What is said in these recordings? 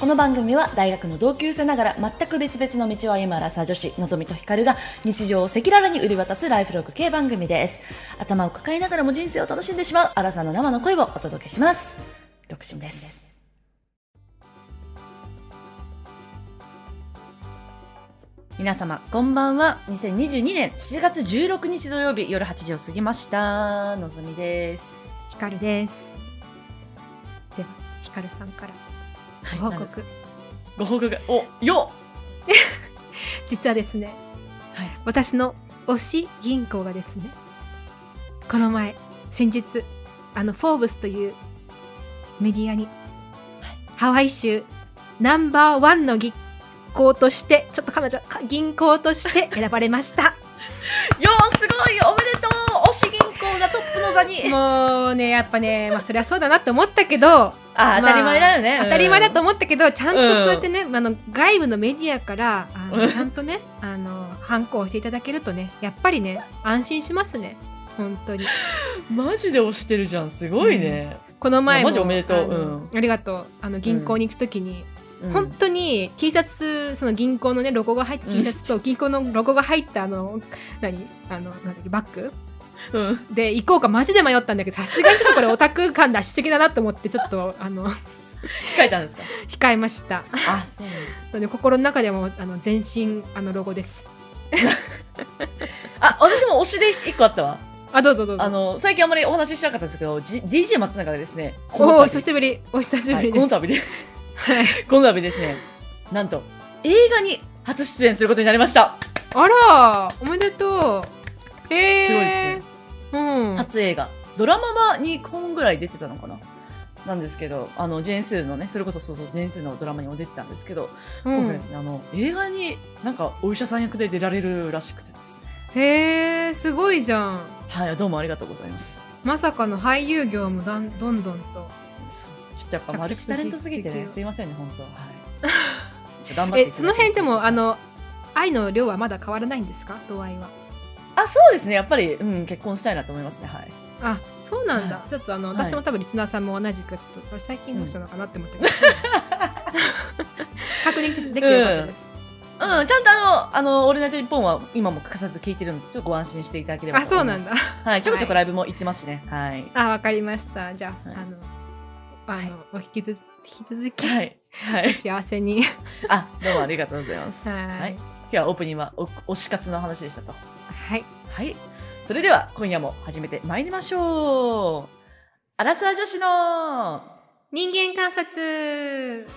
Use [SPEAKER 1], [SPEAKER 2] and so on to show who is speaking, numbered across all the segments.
[SPEAKER 1] この番組は大学の同級生ながら全く別々の道を歩むアラサー女子のぞみとひかるが日常を赤裸々に売り渡すライフログ系番組です頭を抱えながらも人生を楽しんでしまうアラサーの生の声をお届けします独身です皆様こんばんは2022年7月16日土曜日夜8時を過ぎましたのぞみです
[SPEAKER 2] ひかるです。では、ひかるさんから
[SPEAKER 1] はい
[SPEAKER 2] ご報
[SPEAKER 1] 何です
[SPEAKER 2] 告。
[SPEAKER 1] ご報告がおよっ
[SPEAKER 2] 実はですね、
[SPEAKER 1] はい
[SPEAKER 2] 私の推し銀行がですね、この前、先日、あの、フォーブスというメディアに、ハワイ州ナンバーワンの銀行として、ちょっと彼女、か銀行として選ばれ ました。
[SPEAKER 1] よーすごいおめでとう推し銀行がトップの座に
[SPEAKER 2] もうね、やっぱね、まあ、そりゃそうだなと思ったけど、
[SPEAKER 1] あ当たり前だよね、
[SPEAKER 2] 当たり前だと
[SPEAKER 1] 思
[SPEAKER 2] 思ったけど、ちゃんとそうやってね、あの外部のメディアからあの
[SPEAKER 1] うん
[SPEAKER 2] ちゃんとねあの反抗していただけるとねやっぱりね安心しますね本当に
[SPEAKER 1] うんマジで推してるじゃんすごいね、
[SPEAKER 2] この前も
[SPEAKER 1] マジおめでとう
[SPEAKER 2] あの
[SPEAKER 1] うん
[SPEAKER 2] ありがとうあの銀行に行くときに、
[SPEAKER 1] うん
[SPEAKER 2] 本当に T シャツその銀行のねロゴが入った T シャツと銀行のロゴが入ったあの何あのなんだっけバッグ
[SPEAKER 1] うん
[SPEAKER 2] で行こうかマジで迷ったんだけどさすがにちょっとこれオタク感出しすぎだなと思ってちょっとあの
[SPEAKER 1] 書いたんですか
[SPEAKER 2] 控えました
[SPEAKER 1] あそうなんです
[SPEAKER 2] なので心の中でもあの全身あのロゴです
[SPEAKER 1] あ私も推しで一個あったわ
[SPEAKER 2] あどうぞどうぞ
[SPEAKER 1] あの最近あんまりお話ししなかったんですけど、じ DJ 松永がですねこ
[SPEAKER 2] おお
[SPEAKER 1] の
[SPEAKER 2] 久
[SPEAKER 1] 度
[SPEAKER 2] しぶりお久しぶ
[SPEAKER 1] は
[SPEAKER 2] り
[SPEAKER 1] い
[SPEAKER 2] で
[SPEAKER 1] こ
[SPEAKER 2] す、
[SPEAKER 1] の度で
[SPEAKER 2] はい
[SPEAKER 1] この度ですねなんと映画に初出演することになりました
[SPEAKER 2] あらおめでとうえー、
[SPEAKER 1] すごいですね
[SPEAKER 2] うん
[SPEAKER 1] 初映画ドラマは2本ぐらい出てたのかななんですけどあのジェーンスーのねそれこそそうそうジェーンスーのドラマにも出てたんですけど今回ですね、あの映画になんかお医者さん役で出られるらしくてですね
[SPEAKER 2] うん、へえすごいじゃん
[SPEAKER 1] はいどうもありがとうございます
[SPEAKER 2] まさかの俳優業もだんどんどんと
[SPEAKER 1] ちょっとやっぱマルチタレントすぎて
[SPEAKER 2] 着々
[SPEAKER 1] ね
[SPEAKER 2] と
[SPEAKER 1] すいませんね本当はい ちょっと頑張って
[SPEAKER 2] え
[SPEAKER 1] いただきます
[SPEAKER 2] その辺でもあの愛の量はまだ変わらないんですか度合いは
[SPEAKER 1] あそうですねやっぱりうん結婚したいなと思いますねはい
[SPEAKER 2] あそうなんだちょっとあの
[SPEAKER 1] はい
[SPEAKER 2] 私も多分リスナーさんも同じくちょっとこれ最近どうしたのかなって思 って、確認できてよかったです、
[SPEAKER 1] うんちゃんとあの「あのオールナイトニッポン」は今も欠かさず聞いてるのでちょっとご安心していただければ
[SPEAKER 2] あ
[SPEAKER 1] と思
[SPEAKER 2] そう
[SPEAKER 1] い
[SPEAKER 2] な
[SPEAKER 1] ま
[SPEAKER 2] ん
[SPEAKER 1] す
[SPEAKER 2] だ
[SPEAKER 1] はいちょこちょこライブも行ってますしねはい
[SPEAKER 2] あ、わかりました。じゃあ、
[SPEAKER 1] はい
[SPEAKER 2] あの、あの、お引きず引き続き、
[SPEAKER 1] はいはい
[SPEAKER 2] 幸せに。
[SPEAKER 1] あどうもありがとうございます
[SPEAKER 2] はい
[SPEAKER 1] はい今日はオープニングはお推し活の話でしたと
[SPEAKER 2] はい。
[SPEAKER 1] はい。それでは今夜も始めてまいりましょう。アラサー女子の
[SPEAKER 2] 人間観察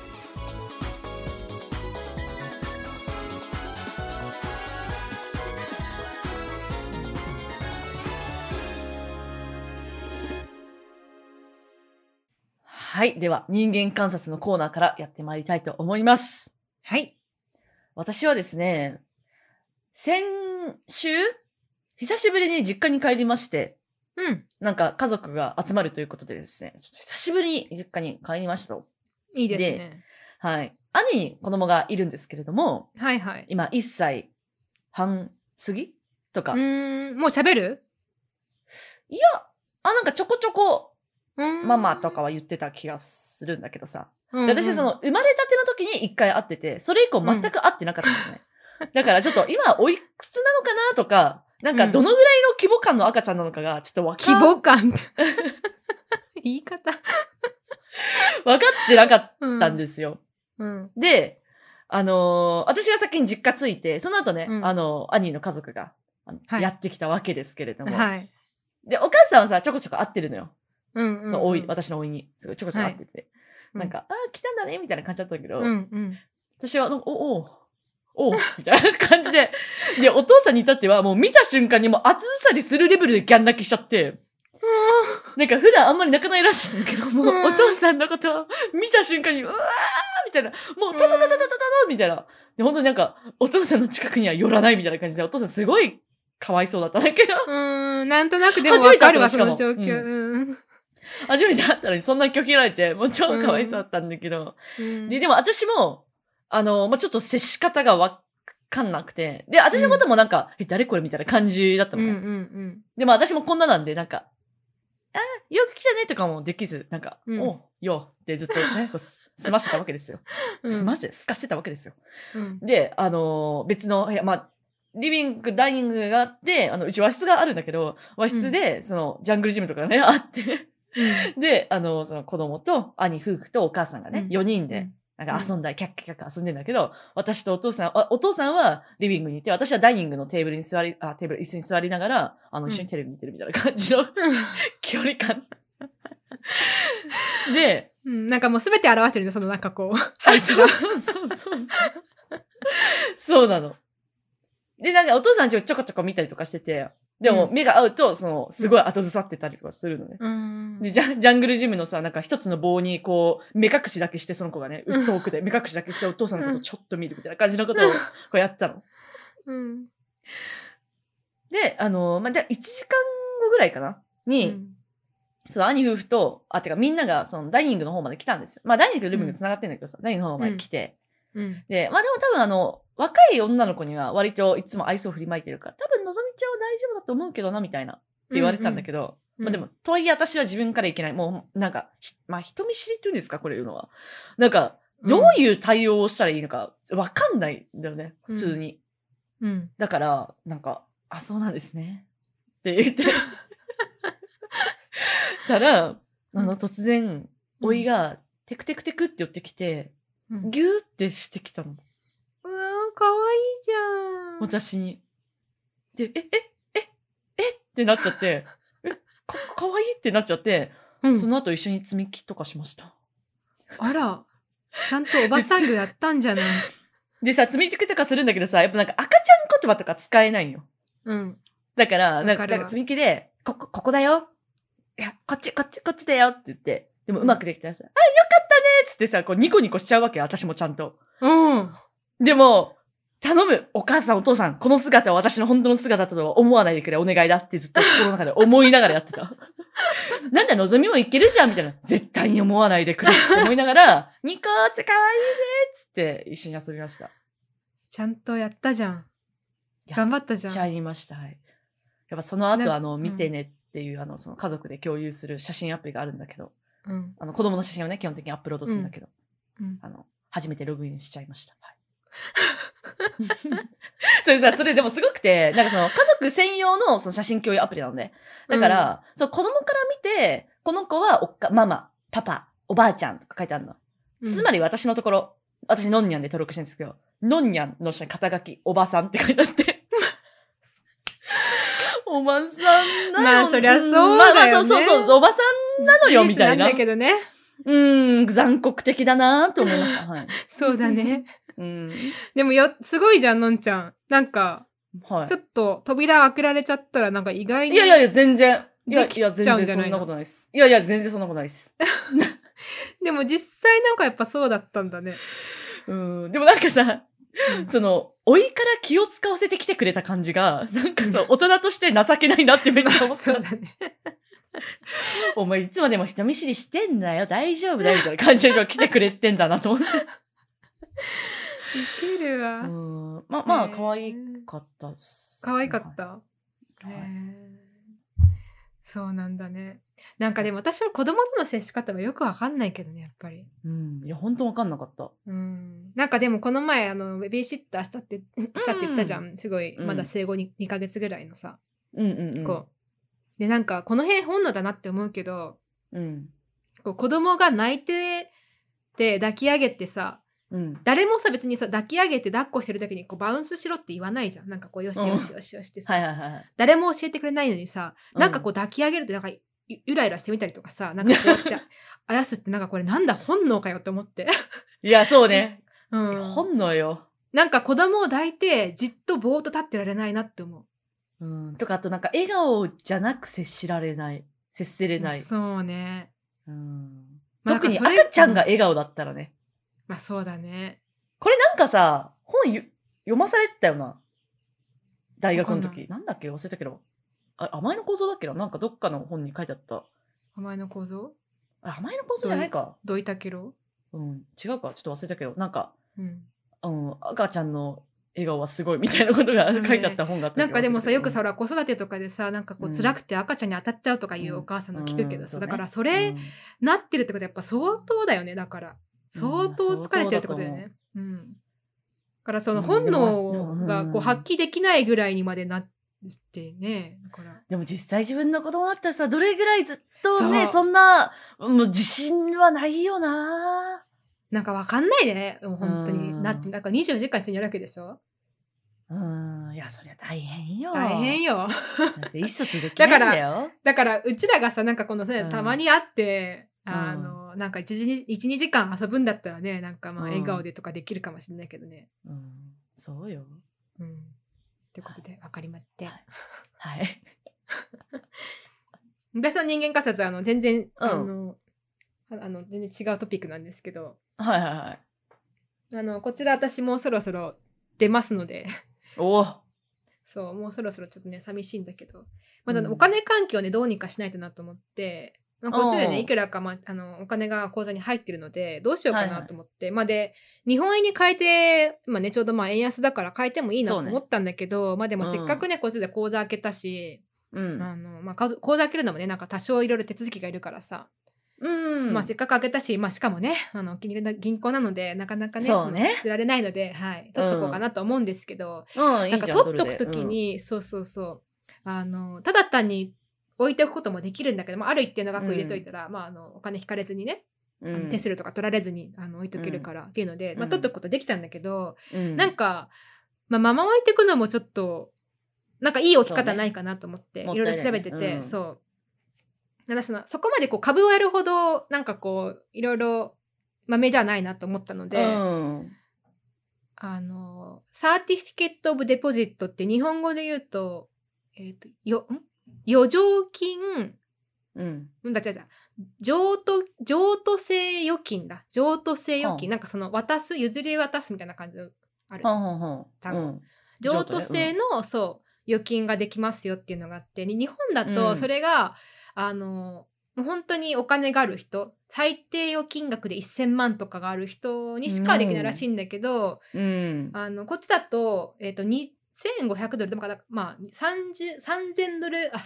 [SPEAKER 1] はい。では、人間観察のコーナーからやってまいりたいと思います。
[SPEAKER 2] はい。
[SPEAKER 1] 私はですね、先週、久しぶりに実家に帰りまして、
[SPEAKER 2] うん。
[SPEAKER 1] なんか家族が集まるということでですね、ちょっと久しぶりに実家に帰りましたと。
[SPEAKER 2] いいですね。
[SPEAKER 1] はい。兄に子供がいるんですけれども、
[SPEAKER 2] はいはい。
[SPEAKER 1] 今1歳半過ぎとか
[SPEAKER 2] う。ーん。もう喋る
[SPEAKER 1] いや、あ、なんかちょこちょこ
[SPEAKER 2] うーん
[SPEAKER 1] ママとかは言ってた気がするんだけどさ。
[SPEAKER 2] うんうん。
[SPEAKER 1] で私はその生まれたての時に一回会ってて、それ以降全く会ってなかったんだよね。 だからちょっと今おいくつなのかなとか、なんかどのぐらいの規模感の赤ちゃんなのかがちょっとわか
[SPEAKER 2] 規模感。 言い方。
[SPEAKER 1] わかってなかっ
[SPEAKER 2] う
[SPEAKER 1] たんですよ。
[SPEAKER 2] うん。
[SPEAKER 1] で、あのー私が先に実家着いて、その後ね、
[SPEAKER 2] うん
[SPEAKER 1] あのー兄の家族が、あの
[SPEAKER 2] はい
[SPEAKER 1] やってきたわけですけれども、
[SPEAKER 2] はい。
[SPEAKER 1] で、お母さんはさ、ちょこちょこ会ってるのよ。
[SPEAKER 2] うんうん、うん。
[SPEAKER 1] そのおい、私のおいに。すごいちょこちょこ会ってて。
[SPEAKER 2] うん
[SPEAKER 1] なんか、あー来たんだね、みたいな感じだったけど、
[SPEAKER 2] うんうん。
[SPEAKER 1] 私は、なんかお、おう、おう、みたいな感じ で。で、お父さんに至っては、もう見た瞬間にもう後ずさりするレベルでギャン泣きしちゃって、なんか普段あんまり泣かないらしいん だけど、もう
[SPEAKER 2] うん
[SPEAKER 1] お父さんのことを見た瞬間に、うわーみたいな、もう、たたたたたたたたみたいな。で、本当になんか、お父さんの近くには寄らないみたいな感じで、お父さんすごいかわいそうだったんだけど、
[SPEAKER 2] うーん。なんとなくでも
[SPEAKER 1] 初め
[SPEAKER 2] わ
[SPEAKER 1] て会
[SPEAKER 2] か
[SPEAKER 1] った
[SPEAKER 2] る
[SPEAKER 1] の
[SPEAKER 2] わ、
[SPEAKER 1] し
[SPEAKER 2] そ
[SPEAKER 1] かも
[SPEAKER 2] の状況。うん
[SPEAKER 1] 初めて会ったのにそんな拒否られて、もう超かわいそうだったんだけど、
[SPEAKER 2] うん。
[SPEAKER 1] で、でも私も、あの、まあ、ちょっと接し方がわかんなくて、で、私のこともなんか、え、誰これみたいな感じだった
[SPEAKER 2] うん
[SPEAKER 1] の
[SPEAKER 2] うん
[SPEAKER 1] ね。
[SPEAKER 2] うん。
[SPEAKER 1] でも私もこんななんで、なんか、あ、よく来たねとかもできず、なんか、
[SPEAKER 2] うん
[SPEAKER 1] おうよってずっと ね、こうす、すましてたわけですよ。すまして、すかしてたわけですよ。
[SPEAKER 2] うん
[SPEAKER 1] で、あのー別の部屋、まあ、リビング、ダイニングがあって、あの、うち和室があるんだけど、和室で、その、ジャングルジムとかね、あって、で、あの、その子供と兄夫婦とお母さんがね
[SPEAKER 2] う、ん
[SPEAKER 1] 4人で、なんか遊んだり、キャッキャッキャッ遊んでんだけど、私とお父さん、あお父さんはリビングにいて、私はダイニングのテーブルに座り、あ、テーブル、椅子に座りながら、あの、
[SPEAKER 2] うん
[SPEAKER 1] 一緒にテレビ見てるみたいな感じの 距離 感。で、
[SPEAKER 2] うん、なんかもう全て表してるね、そのなんかこう。
[SPEAKER 1] はい、そうそうそうそう。そうなの。で、なんかお父さんちをちょこちょこ見たりとかしてて、でも
[SPEAKER 2] うん
[SPEAKER 1] 目が合うと、その、すごい後ずさってたりとかするのね。
[SPEAKER 2] うん
[SPEAKER 1] で、ジャジャングルジムのさ、なんか一つの棒にこう、目隠しだけして、その子がね、
[SPEAKER 2] うん
[SPEAKER 1] 遠くで目隠しだけして、お父さんのことちょっと見るみたいな感じのことをこうやってたの。
[SPEAKER 2] うん。
[SPEAKER 1] で、あのーまあ、じゃ1時間後ぐらいかなに、その兄夫婦と、あ、てかみんながそのダイニングの方まで来たんですよ。まあ、ダイニングとルームが繋がってんだけどさ、ダイニングの方まで来て。
[SPEAKER 2] うん。
[SPEAKER 1] で、まあでも多分あの、若い女の子には割といつも愛想を振りまいてるから、多分のぞみちゃんは大丈夫だと思うけどな、みたいな。って言われてたんだけど、
[SPEAKER 2] うん
[SPEAKER 1] ま
[SPEAKER 2] うん
[SPEAKER 1] あでも、とはいえ私は自分からいけない。もう、なんか、ひまあ人見知りっていうんですか、これ言うのは。なんか、どういう対応をしたらいいのか、わかんないんだよね、普通に。
[SPEAKER 2] うん。うん。
[SPEAKER 1] だから、なんか、あ、そうなんですね。って言って。たら、あの、突然、おいが、テクテクテクって寄ってきて、
[SPEAKER 2] うん、
[SPEAKER 1] ギューってしてきたの。
[SPEAKER 2] うわー、かわいいじゃん。
[SPEAKER 1] 私に。で、え、え、え、えってなっちゃって、え、か、かわいいってなっちゃって、
[SPEAKER 2] うん
[SPEAKER 1] その後一緒に積み木とかしました。
[SPEAKER 2] あら、ちゃんとおばさん業やったんじゃない
[SPEAKER 1] でさ、積み木とかするんだけどさ、やっぱなんか赤ちゃん言葉とか使えないんよ。
[SPEAKER 2] うん。
[SPEAKER 1] だから、なん
[SPEAKER 2] わ
[SPEAKER 1] か
[SPEAKER 2] かるわ
[SPEAKER 1] なんか積み木で、ここ、ここだよ。いや、こっち、こっち、こっちだよって言って。でもうまくできたらさ、あ、よかったねっつってさ、こうニコニコしちゃうわけよ、私もちゃんと。
[SPEAKER 2] うん。
[SPEAKER 1] でも、頼むお母さんお父さん、この姿は私の本当の姿だとは思わないでくれ、お願いだってずっと心の中で思いながらやって た。なんだ、望みもいけるじゃんみたいな。絶対に思わないでくれって思いながら、ニコーつかわいいねっつって一緒に遊びました。
[SPEAKER 2] ちゃんとやったじゃん。
[SPEAKER 1] や
[SPEAKER 2] 頑張ったじ
[SPEAKER 1] ち
[SPEAKER 2] ゃ
[SPEAKER 1] ゃ
[SPEAKER 2] ん。
[SPEAKER 1] いました。はい。やっぱその後、
[SPEAKER 2] な
[SPEAKER 1] あの、
[SPEAKER 2] うん
[SPEAKER 1] 見てねっていう、あの、その家族で共有する写真アプリがあるんだけど、
[SPEAKER 2] うん。
[SPEAKER 1] あの、子供の写真をね、基本的にアップロードするんだけど、
[SPEAKER 2] うん
[SPEAKER 1] あの、初めてログインしちゃいました。 はい。それさ、それでもすごくて、なんかその、家族専用のその写真共有アプリなのね。だから、そう、子供から見て、この子はおっか、ママ、パパ、おばあちゃんとか書いてあるの。つま
[SPEAKER 2] り、
[SPEAKER 1] り私のところ、私、のんにゃんで登録してるんですけど、のんにゃんの下に肩書き、おばさんって書いてあって。 おばさんなの
[SPEAKER 2] まあそりゃそうだよね
[SPEAKER 1] まあまあそうそうそうそう、おばさんなのよ、みたいな。
[SPEAKER 2] 事実んだけどね。
[SPEAKER 1] うーん、残酷的だなと思いました。 はい。
[SPEAKER 2] そうだね。
[SPEAKER 1] うん。
[SPEAKER 2] でもよ、すごいじゃん、のんちゃん。なんか、
[SPEAKER 1] は
[SPEAKER 2] ちょっと扉開けられちゃったら、なんか意外
[SPEAKER 1] い。
[SPEAKER 2] に。
[SPEAKER 1] いやいやいや、全然。いや
[SPEAKER 2] で
[SPEAKER 1] い
[SPEAKER 2] きちゃ
[SPEAKER 1] や、
[SPEAKER 2] うんじ
[SPEAKER 1] 全
[SPEAKER 2] ゃないの
[SPEAKER 1] 然そんなことないです。いやいや、全然そんなことないです。
[SPEAKER 2] でも実際なんかやっぱそうだったんだね。
[SPEAKER 1] うん。でもなんかさ、
[SPEAKER 2] うん
[SPEAKER 1] その、老いから気を使わせてきてくれた感じが、なんかそう、大人として情けないなってめっちゃ思っ
[SPEAKER 2] まあ
[SPEAKER 1] た
[SPEAKER 2] そ。うだね。
[SPEAKER 1] お前いつまでも人見知りしてんなよ、大丈夫だよ、みたいな感じで来てくれてんだなと思って。
[SPEAKER 2] いける
[SPEAKER 1] う
[SPEAKER 2] わ。
[SPEAKER 1] ん。ま、まあ、可愛
[SPEAKER 2] ね
[SPEAKER 1] かったっす。
[SPEAKER 2] 可愛かった。
[SPEAKER 1] はい。はい
[SPEAKER 2] ねそうなんだね。なんかでも私は子供との接し方はよくわかんないけどね、やっぱり。
[SPEAKER 1] うん。いや、本当わかんなかった。
[SPEAKER 2] うん。なんかでもこの前、あの、ベビーシッターしたって、したって言ったじゃん。すごい、
[SPEAKER 1] うん
[SPEAKER 2] まだ生後に2ヶ月ぐらいのさ、
[SPEAKER 1] うんうんうん。
[SPEAKER 2] こう。で、なんかこの辺本能だなって思うけど、
[SPEAKER 1] う。うん。
[SPEAKER 2] こう子供が泣いてて抱き上げてさ、
[SPEAKER 1] うん。
[SPEAKER 2] 誰もさ別にさ抱き上げて抱っこしてる時にこうバウンスしろって言わないじゃん。なんかこうよしよしよしよしってさ、
[SPEAKER 1] はいはいはいはい。
[SPEAKER 2] 誰も教えてくれないのにさ、
[SPEAKER 1] うん
[SPEAKER 2] なんかこう抱き上げるとなんかゆゆらゆらしてみたりとかさなんかこうやっ てあやすってなんかこれなんだ本能かよって思って、
[SPEAKER 1] いや、そうね。
[SPEAKER 2] うん、
[SPEAKER 1] 本能よ。
[SPEAKER 2] なんか子供を抱いてじっとぼーっと立ってられないなって思
[SPEAKER 1] うん。とか、あとなんか、笑顔じゃなく接しられない。接せ
[SPEAKER 2] う
[SPEAKER 1] れない。
[SPEAKER 2] そうね、
[SPEAKER 1] うん。
[SPEAKER 2] まあ
[SPEAKER 1] 特に
[SPEAKER 2] なんかそれ
[SPEAKER 1] 赤ちゃんが笑顔だったらね。
[SPEAKER 2] まあそうだね
[SPEAKER 1] これなんかさ、本ゆ読まされてたよな。大学の
[SPEAKER 2] わかんな
[SPEAKER 1] 時。なんだっけ忘れたけど。あ、甘えの構造だっけななんかどっかの本に書いてあった。
[SPEAKER 2] お前の構造
[SPEAKER 1] あ、甘えの構造じゃないか。
[SPEAKER 2] どいたけろ
[SPEAKER 1] うん。違うか。ちょっと忘れたけど。なんか、
[SPEAKER 2] うん
[SPEAKER 1] うん、赤ちゃんの笑顔はすごいみたいなことが
[SPEAKER 2] うん
[SPEAKER 1] 書いてあった本があった
[SPEAKER 2] な
[SPEAKER 1] けど
[SPEAKER 2] んかでもさよくさ
[SPEAKER 1] う
[SPEAKER 2] ほら子育てとかでさなんか
[SPEAKER 1] う
[SPEAKER 2] こうん辛くて赤ちゃんに当たっちゃうとかいうお母さんの聞くけどさ、
[SPEAKER 1] うん
[SPEAKER 2] だからそ
[SPEAKER 1] うん
[SPEAKER 2] れなってるってことはやっぱ相当だよねだから相当疲れてるってことだよね。うん、だからその本能がこう発揮できないぐらいにまでなってねだから
[SPEAKER 1] でも実際自分の子供だったらさどれぐらいずっとね
[SPEAKER 2] そう
[SPEAKER 1] そんなもう自信はないよな
[SPEAKER 2] なんかわかんないねでも本当
[SPEAKER 1] う
[SPEAKER 2] に
[SPEAKER 1] ん
[SPEAKER 2] なってなんか24時間一緒にやるわけでしょ
[SPEAKER 1] うんいやそりゃ大変よ
[SPEAKER 2] 大変
[SPEAKER 1] よ
[SPEAKER 2] よ。
[SPEAKER 1] だって一卒できないんだよ
[SPEAKER 2] だからうちらがさなんかこのさ
[SPEAKER 1] うん
[SPEAKER 2] たまに会って、
[SPEAKER 1] うん
[SPEAKER 2] あのなんか12時間遊ぶんだったらねなんかまあ
[SPEAKER 1] うん
[SPEAKER 2] 笑顔でとかできるかもしれないけどね。
[SPEAKER 1] うんそうよ
[SPEAKER 2] うんということで分かりまって。
[SPEAKER 1] はいはい
[SPEAKER 2] 私の人間観察はあの全然、
[SPEAKER 1] うん
[SPEAKER 2] あのああの全然違うトピックなんですけど
[SPEAKER 1] はいはいはい
[SPEAKER 2] あのこちら私もうそろそろ出ますので
[SPEAKER 1] おー
[SPEAKER 2] そうもうそろそろちょっとね寂しいんだけど、まあ、ちょっと
[SPEAKER 1] うん
[SPEAKER 2] お金環境をねどうにかしないとなと思って、まあ、こっちで
[SPEAKER 1] おう
[SPEAKER 2] ねいくらか、まあ、あのお金が口座に入ってるのでどうしようか
[SPEAKER 1] はい
[SPEAKER 2] な
[SPEAKER 1] はい
[SPEAKER 2] と思って、まあで日本円に変えて、まあね、ちょうどまあ円安だから変えてもいいなと
[SPEAKER 1] そうね
[SPEAKER 2] 思ったんだけど、まあでも
[SPEAKER 1] うん
[SPEAKER 2] せっかくね、こっちで口座開けたし、
[SPEAKER 1] うん
[SPEAKER 2] あのまあ、口座開けるのもねなんか多少いろいろ手続きがいるからさ、
[SPEAKER 1] うん
[SPEAKER 2] まあ、せっかく開けたし、まあ、しかもねあのお気に入りの銀行なのでなかなかね
[SPEAKER 1] そうね
[SPEAKER 2] その売られないので、はい、取っとこうかなと思うんですけど、
[SPEAKER 1] うんい
[SPEAKER 2] なん
[SPEAKER 1] い
[SPEAKER 2] か
[SPEAKER 1] じゃ
[SPEAKER 2] 取っとく
[SPEAKER 1] ドルで
[SPEAKER 2] 時に、そうそうそうあのただ単に置いておくこともできるんだけどもある一定の額入れといたら、まあ、あのお金引かれずにね、
[SPEAKER 1] うん
[SPEAKER 2] あの手数料とか取られずにあの置いとけるからっていうので、まあ、取っとくことできたんだけど、
[SPEAKER 1] うん
[SPEAKER 2] なんか、まあ、まま置いてくのもちょっとなんかいい置き
[SPEAKER 1] そう
[SPEAKER 2] 方
[SPEAKER 1] ね
[SPEAKER 2] ないかなと思って、
[SPEAKER 1] もっ
[SPEAKER 2] い
[SPEAKER 1] たい
[SPEAKER 2] ろ
[SPEAKER 1] な
[SPEAKER 2] い
[SPEAKER 1] い
[SPEAKER 2] ろ調べてて、
[SPEAKER 1] うん
[SPEAKER 2] そう私のそこまでこう株をやるほどなんかこういろいろ豆じゃないなと思ったので、
[SPEAKER 1] うん
[SPEAKER 2] あのサーティフィケット・オブ・デポジットって日本語で言うと,、えー、とよん余剰金
[SPEAKER 1] うん
[SPEAKER 2] うんだ違う違う譲渡譲渡制預金だ譲渡制預金、
[SPEAKER 1] うん
[SPEAKER 2] なんかその渡す譲り渡すみたいな感じのあるじゃん
[SPEAKER 1] ほんほんほん
[SPEAKER 2] 多分
[SPEAKER 1] うん
[SPEAKER 2] 譲渡制の、そう預金ができますよっていうのがあってに日本だ
[SPEAKER 1] う
[SPEAKER 2] と
[SPEAKER 1] ん
[SPEAKER 2] それが、あのもう本当にお金がある人最低預金額で1,000万とかがある人にしかできないらしいんだけど、
[SPEAKER 1] うん
[SPEAKER 2] あのこっちだと,、えっと2500ドルでもかだまあ30 3000ドルあ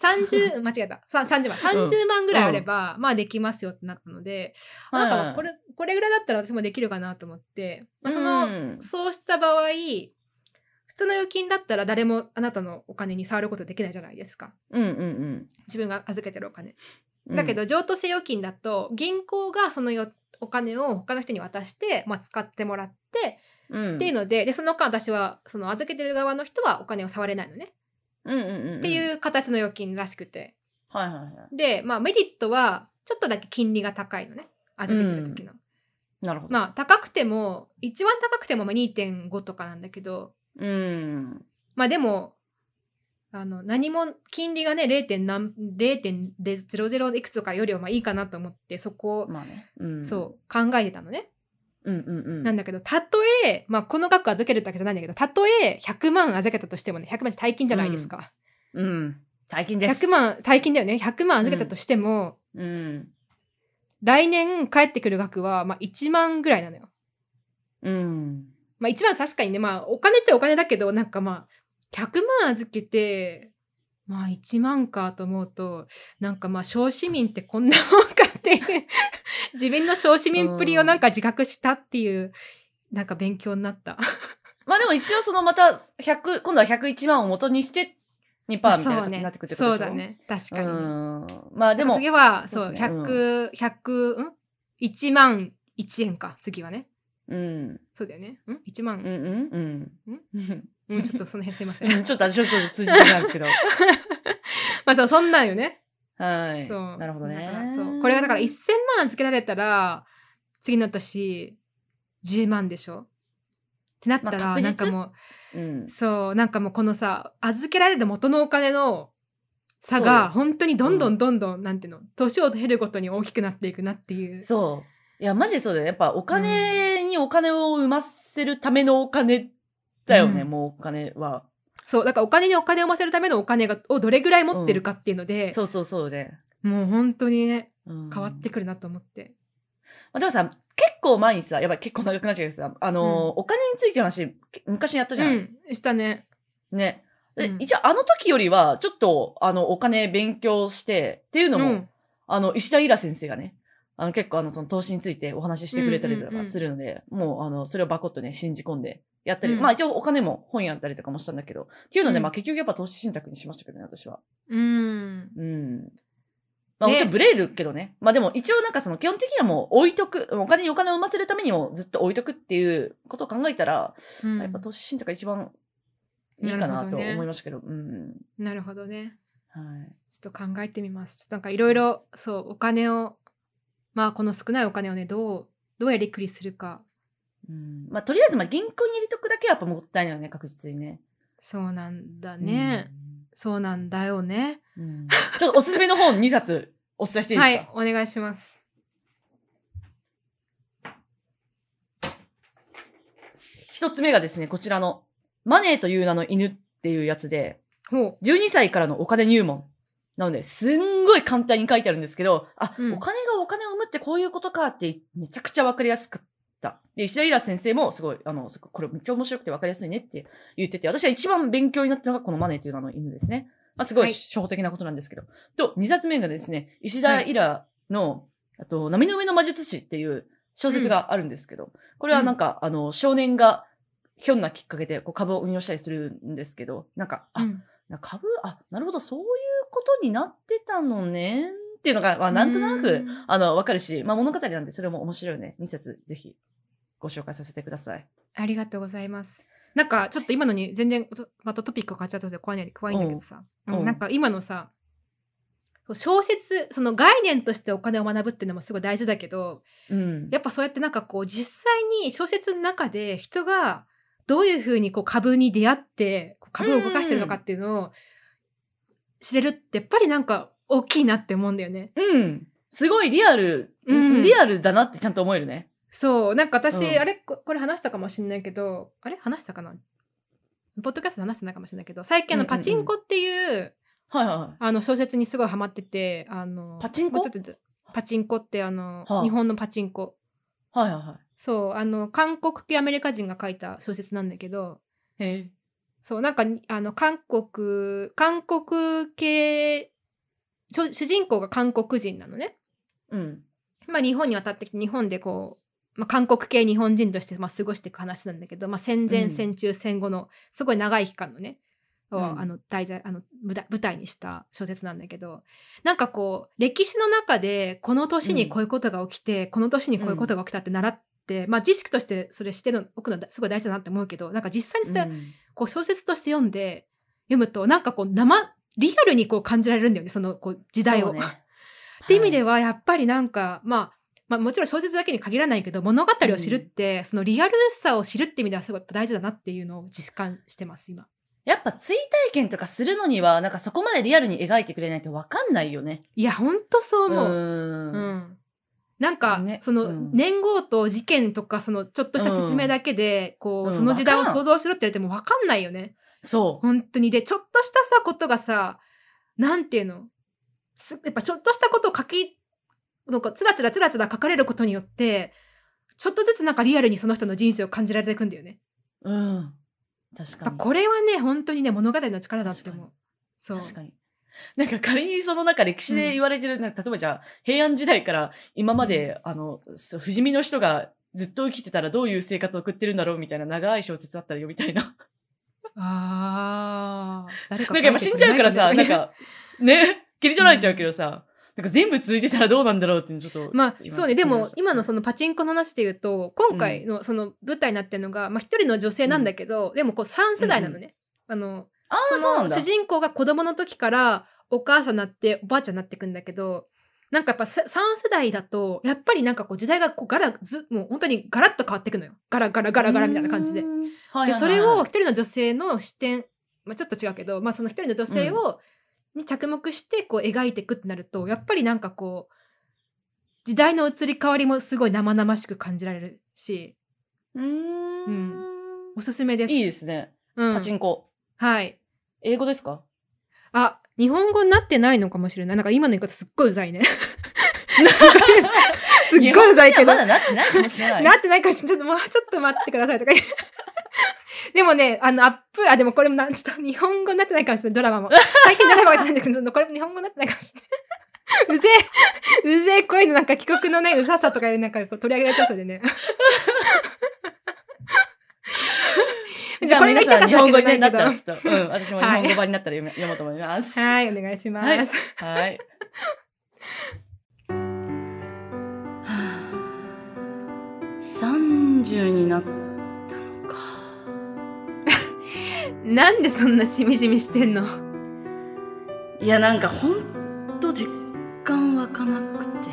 [SPEAKER 2] 30 間違えたさ30万30万ぐらいあれば、まあできますよってなったので、あなんかまあこれこれぐらいだったら私もできるかなと思って、まあ、その、
[SPEAKER 1] うん
[SPEAKER 2] そうした場合、普通の預金だったら誰もあなたのお金に触ることできないじゃないですか。
[SPEAKER 1] うんうん
[SPEAKER 2] 自分が預けてるお金。
[SPEAKER 1] うん
[SPEAKER 2] だけど、譲渡制預金だと、銀行がそのよお金を他の人に渡して、まあ、使ってもらって、
[SPEAKER 1] うん
[SPEAKER 2] っていうので、で、その間私は、その預けてる側の人はお金を触れないのね。
[SPEAKER 1] うんうんうんうん
[SPEAKER 2] っていう形の預金らしくて。
[SPEAKER 1] はいはいは
[SPEAKER 2] で、まあ、メリットは、ちょっとだけ金利が高いのね。預けてる時の。
[SPEAKER 1] いなるほど
[SPEAKER 2] まあ、高くても、一番高くてもまあ2.5とかなんだけど、
[SPEAKER 1] うん
[SPEAKER 2] まあでも、あの、何も、金利がね、0. 何、0.00いくつとかよりはまあいいかなと思って、そこを、
[SPEAKER 1] まあねうん
[SPEAKER 2] そう、考えてたのね。
[SPEAKER 1] うんうんうん
[SPEAKER 2] なんだけど、たとえ、まあこの額預けるだけじゃないんだけど、たとえ100万預けたとしてもね、100万って大金じゃないですか。
[SPEAKER 1] うん大金です
[SPEAKER 2] 100万、大金だよね。100万預けたとしても、
[SPEAKER 1] うん
[SPEAKER 2] 来年返ってくる額は、まあ1万ぐらいなのよ。
[SPEAKER 1] うん
[SPEAKER 2] まあ1万確かにね、まあお金っちゃお金だけど、なんかまあ、100万預けて、まあ1万かと思うと、なんかまあ小市民ってこんなもんかって、自分の小市民っぷりをなんか自覚したっていう、なんか勉強になった。
[SPEAKER 1] まあでも一応そのまた100今度は101万を元にして2%みたいなことになってくるってこと
[SPEAKER 2] そ
[SPEAKER 1] で
[SPEAKER 2] う
[SPEAKER 1] しょ
[SPEAKER 2] だね。確か
[SPEAKER 1] う
[SPEAKER 2] にね。
[SPEAKER 1] んまあでも
[SPEAKER 2] 次は、
[SPEAKER 1] そ
[SPEAKER 2] そうう、
[SPEAKER 1] ですね
[SPEAKER 2] 100、100、ん ?1 万1円か、次はね。
[SPEAKER 1] うん
[SPEAKER 2] そうだよね。ん ?1 万、
[SPEAKER 1] うんうんうん
[SPEAKER 2] うん、ちょっとその辺すいませ
[SPEAKER 1] うん
[SPEAKER 2] ん。
[SPEAKER 1] ちょっと私はそうです数字なんですけど
[SPEAKER 2] まあそう、そんなんよね。
[SPEAKER 1] はい
[SPEAKER 2] そう。
[SPEAKER 1] なるほど
[SPEAKER 2] だから
[SPEAKER 1] ね
[SPEAKER 2] そう。これがだから1000万預けられたら、次の年、10万でしょってなったら、
[SPEAKER 1] まあ確実
[SPEAKER 2] なんかも
[SPEAKER 1] うん
[SPEAKER 2] う、そう、なんかもうこのさ、預けられる元のお金の
[SPEAKER 1] そ
[SPEAKER 2] 差
[SPEAKER 1] うよ
[SPEAKER 2] が、本当にどんど
[SPEAKER 1] うん
[SPEAKER 2] どんどん、なんていうの、年を経るごとに大きくなっていくなっていう。
[SPEAKER 1] そう。いや、マジでそうだよね。やっぱお金にお金を生ませるためのお金だよね、
[SPEAKER 2] うん
[SPEAKER 1] もうお金は。
[SPEAKER 2] そう、だからお金にお金を増せるためのお金がをどれぐらい持ってるかっていうので、
[SPEAKER 1] そうそうそうで、
[SPEAKER 2] もう本当にね、
[SPEAKER 1] うん
[SPEAKER 2] 変わってくるなと思って。
[SPEAKER 1] まあでもさ、結構前にさ、やばい、結構長くなっちゃうけどさ、あのー
[SPEAKER 2] うん
[SPEAKER 1] お金についての話、け昔やったじ
[SPEAKER 2] う
[SPEAKER 1] ゃん。
[SPEAKER 2] ん、したね。
[SPEAKER 1] ね。で
[SPEAKER 2] うん
[SPEAKER 1] 一応、あの時よりは、ちょっと、あの、お金勉強して、っていうのも、
[SPEAKER 2] うん
[SPEAKER 1] あの、石田イラ先生がね、あの、結構、あの、その投資についてお話ししてくれたりと
[SPEAKER 2] うんうんう
[SPEAKER 1] か
[SPEAKER 2] ん
[SPEAKER 1] するので、もう、あの、それをバコッとね、信じ込んでやったり、
[SPEAKER 2] うん
[SPEAKER 1] まあ一応お金も本やったりとかもしたんだけど、っていうので、
[SPEAKER 2] うん
[SPEAKER 1] まあ結局やっぱ投資信託にしましたけどね、私は。
[SPEAKER 2] うん。
[SPEAKER 1] うん。まあ
[SPEAKER 2] ね
[SPEAKER 1] もちろんブレるけどね。まあでも一応なんかその基本的にはもう置いとく、お金にお金を生ませるためにもずっと置いとくっていうことを考えたら、
[SPEAKER 2] うん
[SPEAKER 1] やっぱ投資信託が一番いいかな
[SPEAKER 2] なるほ
[SPEAKER 1] と
[SPEAKER 2] どね
[SPEAKER 1] 思いましたけど、うん。
[SPEAKER 2] なるほどね。
[SPEAKER 1] はい。
[SPEAKER 2] ちょっと考えてみます。ちょっとなんかいろいろそうお金をまあこの少ないお金をねどうどうやりくりするか
[SPEAKER 1] うん、まあとりあえずまあ銀行に入れとくだけはやっぱもったいないよね、確実にね。
[SPEAKER 2] そうなんだね。そうなんだよね。
[SPEAKER 1] うん。うんちょっとおすすめの本2冊お伝えしていい
[SPEAKER 2] は
[SPEAKER 1] です
[SPEAKER 2] い
[SPEAKER 1] か、
[SPEAKER 2] お願いします。
[SPEAKER 1] 一つ目がですね、こちらの、マネーという名の犬っていうやつで、
[SPEAKER 2] ほ
[SPEAKER 1] 12歳からのお金入門。なので、すんごい簡単に書いてあるんですけど、あ、
[SPEAKER 2] うん
[SPEAKER 1] お金がお金を生むってこういうことかって、めちゃくちゃわかりやすかった。で、石田イラ先生もすごい、あの、すごいこれめっちゃ面白くてわかりやすいねって言ってて、私は一番勉強になったのがこのマネーという名の犬ですね。まあ、すごい
[SPEAKER 2] はい
[SPEAKER 1] 初歩的なことなんですけど。と、二冊目がですね、石田イラの、あと、波の上の魔術師っていう小説があるんですけど、これはなんか、あの、少年が、ひょんなきっかけでこう株を運用したりするんですけど、なんか、
[SPEAKER 2] う。
[SPEAKER 1] あ、
[SPEAKER 2] うん
[SPEAKER 1] な株、あ、なるほど、そういうことになってたのね。っていうのが、まあ、なんとな
[SPEAKER 2] う
[SPEAKER 1] く
[SPEAKER 2] ん、
[SPEAKER 1] あの、わかるし、まあ、物語なんで、それも面白いよね。2節、ぜひ、ご紹介させてください。
[SPEAKER 2] ありがとうございます。なんかちょっと今のに全然ちょまたトピックが変わっちゃったので怖いんだけど怖いんだけどさ、
[SPEAKER 1] うん
[SPEAKER 2] うん
[SPEAKER 1] うん
[SPEAKER 2] なんか今のさ小説その概念としてお金を学ぶっていうのもすごい大事だけど
[SPEAKER 1] うん。
[SPEAKER 2] やっぱそうやってなんかこう実際に小説の中で人がどういうふうにこう株に出会ってこう株を動かしてるのかっていうのを知れるってやっぱりなんか大きいなって思うんだよね。
[SPEAKER 1] うん。すごいリアル、
[SPEAKER 2] うん
[SPEAKER 1] リアルだなってちゃんと思えるね。
[SPEAKER 2] そうなんか私、
[SPEAKER 1] うん
[SPEAKER 2] あれここれ話したかもしれないけどあれ話したかなポッドキャストで話してないかもしれないけど最近あの
[SPEAKER 1] うんうんうん
[SPEAKER 2] パチンコっていう,、
[SPEAKER 1] はいはいはい。
[SPEAKER 2] あの小説にすごいハマっててあの
[SPEAKER 1] パチンコ
[SPEAKER 2] もうちょっとパチンコってあの、
[SPEAKER 1] はあ
[SPEAKER 2] 日本のパチンコ
[SPEAKER 1] はいはいは
[SPEAKER 2] そうあの韓国系アメリカ人が書いた小説なんだけど
[SPEAKER 1] い。へえ。
[SPEAKER 2] そうなんかにあの韓国韓国系ちょ主人公が韓国人なのね。
[SPEAKER 1] うん。
[SPEAKER 2] まあ、日本に渡ってきて日本でこう、まあ、韓国系日本人としてまあ過ごしていく話なんだけど、まあ、戦
[SPEAKER 1] う
[SPEAKER 2] 前
[SPEAKER 1] ん
[SPEAKER 2] 戦中戦後のすごい長い期間のね、を
[SPEAKER 1] うん
[SPEAKER 2] あの題材あの舞台舞台にした小説なんだけどなんかこう歴史の中でこの年にこういうことが起きて、この年にこういうことが起きたって習って、まあ、知識としてそれしてるのおくのすごい大事だなって思うけどなんか実際にそれ
[SPEAKER 1] うん
[SPEAKER 2] こう小説として読んで読むとなんかこう生リアルにこう感じられるんだよねそのこう時代
[SPEAKER 1] そ
[SPEAKER 2] を。
[SPEAKER 1] うね
[SPEAKER 2] って意味で
[SPEAKER 1] は
[SPEAKER 2] はやっぱりなんか、まあまあもちろん小説だけに限らないけど物語を知るって、そのリアルさを知るって意味ではすごい大事だなっていうのを実感してます今。
[SPEAKER 1] いやっぱ追体験とかするのには、なんかそこまでリアルに描いてくれないとわかんないよね。
[SPEAKER 2] いやほんとそう思う。
[SPEAKER 1] ー
[SPEAKER 2] うんんなんか、
[SPEAKER 1] ね
[SPEAKER 2] そうの
[SPEAKER 1] ん
[SPEAKER 2] 年号と事件とかそのちょっとした説明だけで、こ
[SPEAKER 1] う
[SPEAKER 2] う
[SPEAKER 1] ん
[SPEAKER 2] その時代
[SPEAKER 1] わ
[SPEAKER 2] を
[SPEAKER 1] からん
[SPEAKER 2] 想像しろって言われても分かんないよね。
[SPEAKER 1] そう。
[SPEAKER 2] 本当にでちょっとしたさことがさなんていうのすやっぱちょっとしたことを書きなんかつらつらつらつら書かれることによってちょっとずつなんかリアルにその人の人生を感じられていくんだよね。
[SPEAKER 1] うん。確
[SPEAKER 2] や
[SPEAKER 1] か
[SPEAKER 2] っぱ
[SPEAKER 1] に。
[SPEAKER 2] これはね本当にね物語の力だって思う。そう
[SPEAKER 1] 確かに。なんか仮にその中歴史で言われてる、なんか例えばじゃあ平安時代から今まで、あの、そう不死身の人がずっと生きてたらどういう生活を送ってるんだろうみたいな長い小説あったら読みたいな。
[SPEAKER 2] ああ誰 か
[SPEAKER 1] なんかやっぱ死んじゃうからさ、
[SPEAKER 2] 書
[SPEAKER 1] ないん
[SPEAKER 2] てくれい
[SPEAKER 1] か、ね、切り取られちゃうけどさ、なんか全部続いてたらどうなんだろうっていうのちょっと。
[SPEAKER 2] まあそうねでも今の
[SPEAKER 1] そ
[SPEAKER 2] そのパチンコの話で言うと今回のその舞台になってるのがまあ、一人の女性なんだけど、でもこう3世代なのね。あの
[SPEAKER 1] ああ
[SPEAKER 2] そ
[SPEAKER 1] ー、そうなん
[SPEAKER 2] の
[SPEAKER 1] だ。
[SPEAKER 2] 主人公が子供の時からお母さんになっておばあちゃんになってくんだけどなんかやっぱさ3世代だとやっぱりなんかこう時代がこうガラずもう本当にガラッと変わってくのよガラガラガラガラみたいな感じで
[SPEAKER 1] うー。ん。はいはい
[SPEAKER 2] で
[SPEAKER 1] はい
[SPEAKER 2] それを一、人の女性の視点、まあ、ちょっと違うけど、まあ、その一人の女性を、に着目してこう描いていくってなるとやっぱりなんかこう時代の移り変わりもすごい生々しく感じられるし
[SPEAKER 1] うーん
[SPEAKER 2] うおすすめです。
[SPEAKER 1] いいですね。
[SPEAKER 2] うん
[SPEAKER 1] パチンコ。
[SPEAKER 2] はい
[SPEAKER 1] 英語ですか
[SPEAKER 2] あ、 日本語になってないのかもしれない。なんか今の言い方すっごいうざいね。すっごいふざいてる
[SPEAKER 1] ま。だなってないかもしれない。
[SPEAKER 2] なってないかし、ちょっともうちょっと待ってくださいとか言う でもね、あの、アップ、あ、でもこれもなん、ちょっと日本語になってないかもしれない、ドラマも。最近ドラマがやってないんだけど、ちょっとこれも日本語になってないかもしれない。うぜえ、うぜえ声のなんか帰国のね、うざさとかでなんかこう取り上げられちゃうそうでね。
[SPEAKER 1] じゃあ皆さん日本語になった
[SPEAKER 2] は
[SPEAKER 1] らちょっと、うん、私も日本語版になったら読め読もうと思います。
[SPEAKER 2] い、お願いします。
[SPEAKER 1] はいはい。三十になったのか。
[SPEAKER 2] なんでそんなしみじみしてんの
[SPEAKER 1] いやなんかほんと実感湧かなくて。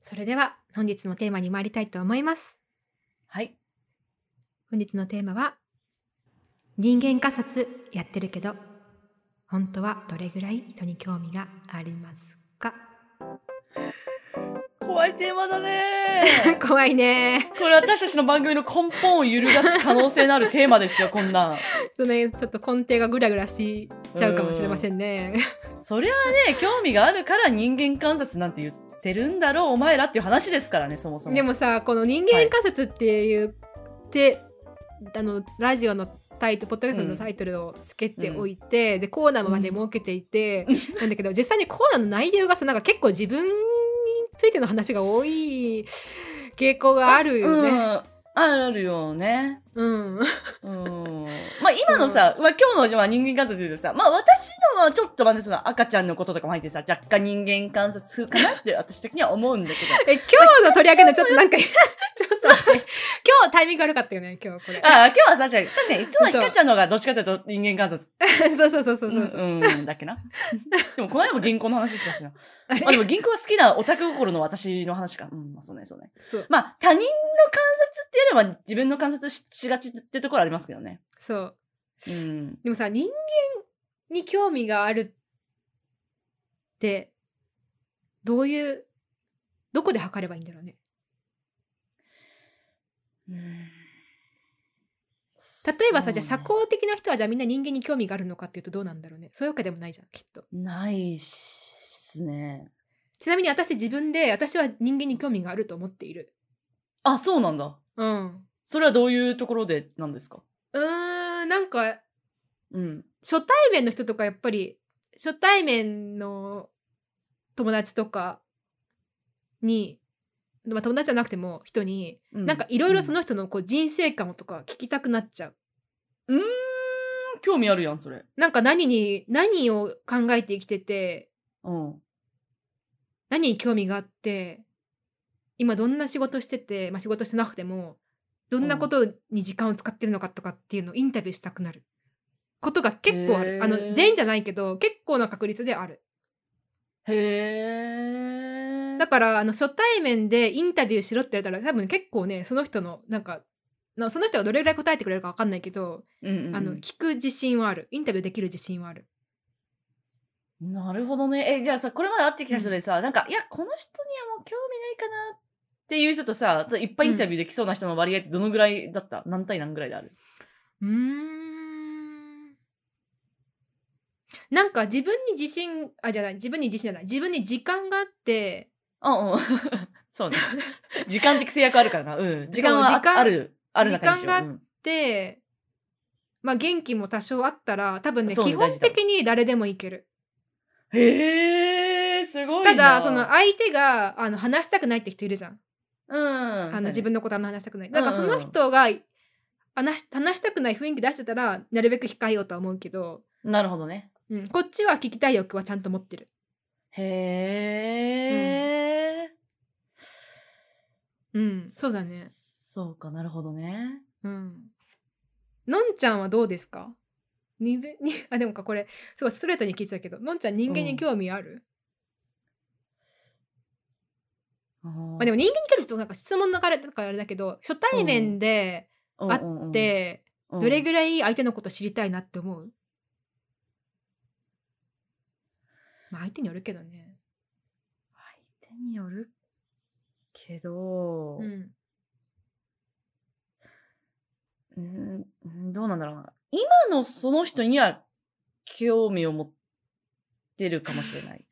[SPEAKER 2] それでは、本日のテーマに参りたいと思います。
[SPEAKER 1] はい。
[SPEAKER 2] 本日のテーマは人間観察やってるけど本当はどれぐらい人に興味がありますか
[SPEAKER 1] 怖いテーマだ ね
[SPEAKER 2] 怖いね
[SPEAKER 1] これ私たちの番組の根本を揺るがす可能性のあるテーマですよ、こんなん。
[SPEAKER 2] そのねちょっと根底がグラグラしちゃうかもしれませんね
[SPEAKER 1] そりゃあね、興味があるから人間観察なんて言ってるんだろう、お前らっていう話ですからね、そもそも。
[SPEAKER 2] でもさこの人間観察っていう、であのラジオのタイトルポッドキャストのタイトルをつけておいて、でコーナーまで設けていて、なんだけど実際にコーナーの内容がさなんか結構自分についての話が多い傾向があるよね。
[SPEAKER 1] うん。あるよね。
[SPEAKER 2] うん。
[SPEAKER 1] うん。まあ今のさ、まあ今日のまあ人間観察で言うとさ、まあ私のはちょっとまね、その赤ちゃんのこととかも入ってさ、若干人間観察風かなって 私的には思うんだけ ど。
[SPEAKER 2] え、今日の取り上げ のちょっと なんか、ちょっと待って。今日タイミング悪かったよね、今日これ。
[SPEAKER 1] ああ、今日は確かに、確かに、いつもはひかちゃんの方がどっちかというと人間観察
[SPEAKER 2] そうそうそうそうそう。
[SPEAKER 1] うん、うんだっけ な。でも、この間も銀行の話したしな。
[SPEAKER 2] あれ
[SPEAKER 1] まあでも、銀行が好きなオタク心の私の話か。うん、まあそうね、そうね。
[SPEAKER 2] そう。
[SPEAKER 1] まあ、他人の観察っていうよりは自分の観察ししがちってところありますけどね。
[SPEAKER 2] そう。
[SPEAKER 1] うん。
[SPEAKER 2] でもさ、人間に興味があるって、どういう、どこで測ればいいんだろうね。例えばさ、じゃあ
[SPEAKER 1] そ
[SPEAKER 2] 社
[SPEAKER 1] うね
[SPEAKER 2] 交的な人はじゃあみんな人間に興味があるのかっていうとどうなんだろうね。そういうわけでもないじゃん、きっと。
[SPEAKER 1] ないっすね。
[SPEAKER 2] ちなみに私自分で、私は人間に興味があると思っている。
[SPEAKER 1] あ、そうなんだ。
[SPEAKER 2] うん。
[SPEAKER 1] それはどういうところでなんですか
[SPEAKER 2] うーん、なんか、
[SPEAKER 1] うん。
[SPEAKER 2] 初対面の人とかやっぱり初対面の友達とかに、まあ、友達じゃなくても人に、
[SPEAKER 1] う
[SPEAKER 2] なんかいろいろそ
[SPEAKER 1] の、
[SPEAKER 2] の人のこう人生観とか聞きたくなっちゃう。
[SPEAKER 1] うん、うーん興味あるやん、それ。
[SPEAKER 2] なんか何に何を考えて生きてて
[SPEAKER 1] うん。
[SPEAKER 2] 何に興味があって今どんな仕事してて、まあ、仕事してなくてもどんなことに時間を使ってるのかとかっていうのをインタビューしたくなることが結構ある。
[SPEAKER 1] へー
[SPEAKER 2] あの全員じゃないけど結構な確率である。
[SPEAKER 1] へえ。
[SPEAKER 2] だからあの初対面でインタビューしろって言われたら多分結構ねその人のなんかなその人がどれぐらい答えてくれるか分かんないけど、
[SPEAKER 1] うんうんうん
[SPEAKER 2] あの聞く自信はあるインタビューできる自信はある
[SPEAKER 1] なるほどね。え、じゃあさ、これまで会ってきた人でさ、なんか、いや、この人にはもう興味ないかなっていう人とさ、そういっぱいインタビューできそうな人の割合ってどのぐらいだった、何対何ぐらいである
[SPEAKER 2] うーんなんか自分に自信あじゃない自分に自信じゃない自分に時間があって
[SPEAKER 1] うん うん。 そうね。時間的制約あるからな。うん。時間は
[SPEAKER 2] そう
[SPEAKER 1] あ
[SPEAKER 2] 時間
[SPEAKER 1] ある、ある中にしよう。
[SPEAKER 2] 時間が
[SPEAKER 1] うん
[SPEAKER 2] でまあ元気も多少あったら多分ね
[SPEAKER 1] そうね
[SPEAKER 2] 基本的に誰でもいける
[SPEAKER 1] へえー、すごいな。
[SPEAKER 2] ただその相手があの話したくないって人いるじゃん
[SPEAKER 1] うん。
[SPEAKER 2] あの自分のことあんま話したくない。なんかそ
[SPEAKER 1] うんうんう
[SPEAKER 2] の
[SPEAKER 1] ん
[SPEAKER 2] 人が話し話したくない雰囲気出してたらなるべく控えようとは思うけど、
[SPEAKER 1] なるほどね。
[SPEAKER 2] うん、こっちは聞きたい欲はちゃんと持ってる。
[SPEAKER 1] へえ、
[SPEAKER 2] うん、そうだね。
[SPEAKER 1] そうか、なるほどね。
[SPEAKER 2] うん。のんちゃんはどうですか人間にあでもかこれすごいストレートに聞いてたけどのんちゃん人間に興味ある、
[SPEAKER 1] ま
[SPEAKER 2] まあ、
[SPEAKER 1] も、
[SPEAKER 2] でも人間に興味ちょっとなんか質問の流れとかあれだけど初対面で
[SPEAKER 1] うんうんうん、
[SPEAKER 2] で
[SPEAKER 1] うん、
[SPEAKER 2] どれぐらい相手のこと知りたいなって思う、まあ相手によるけどね。
[SPEAKER 1] 相手によるけど、
[SPEAKER 2] うん
[SPEAKER 1] うーん、どうなんだろうな。今のその人には興味を持ってるかもしれない。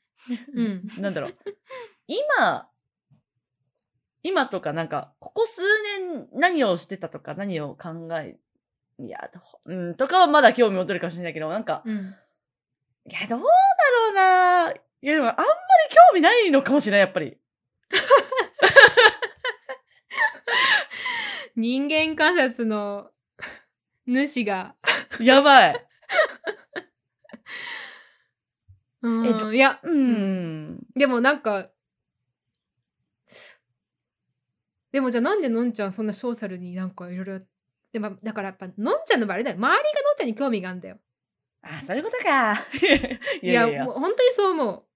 [SPEAKER 2] うん
[SPEAKER 1] なんだろう。今、今とかなんか、ここ数年何をしてたとか何を考え、いや、どううん、とかはまだ興味持てるかもしれないけど、なんか、
[SPEAKER 2] うん。
[SPEAKER 1] いや、どうだろうないや、でもあんまり興味ないのかもしれない、やっぱり。
[SPEAKER 2] 人間観察の 主が。
[SPEAKER 1] やばい。
[SPEAKER 2] うん
[SPEAKER 1] えど
[SPEAKER 2] いや、
[SPEAKER 1] う。ん。
[SPEAKER 2] でもなんか、でもじゃあなんでのんちゃんそんなショーサルになんかいろいろやっ、でもだからやっぱのんちゃんの場合あれだよ。周りがのんちゃんに興味があるんだよ。
[SPEAKER 1] あ、そういうことか。い
[SPEAKER 2] い
[SPEAKER 1] や
[SPEAKER 2] や
[SPEAKER 1] いや
[SPEAKER 2] もう本当にそう思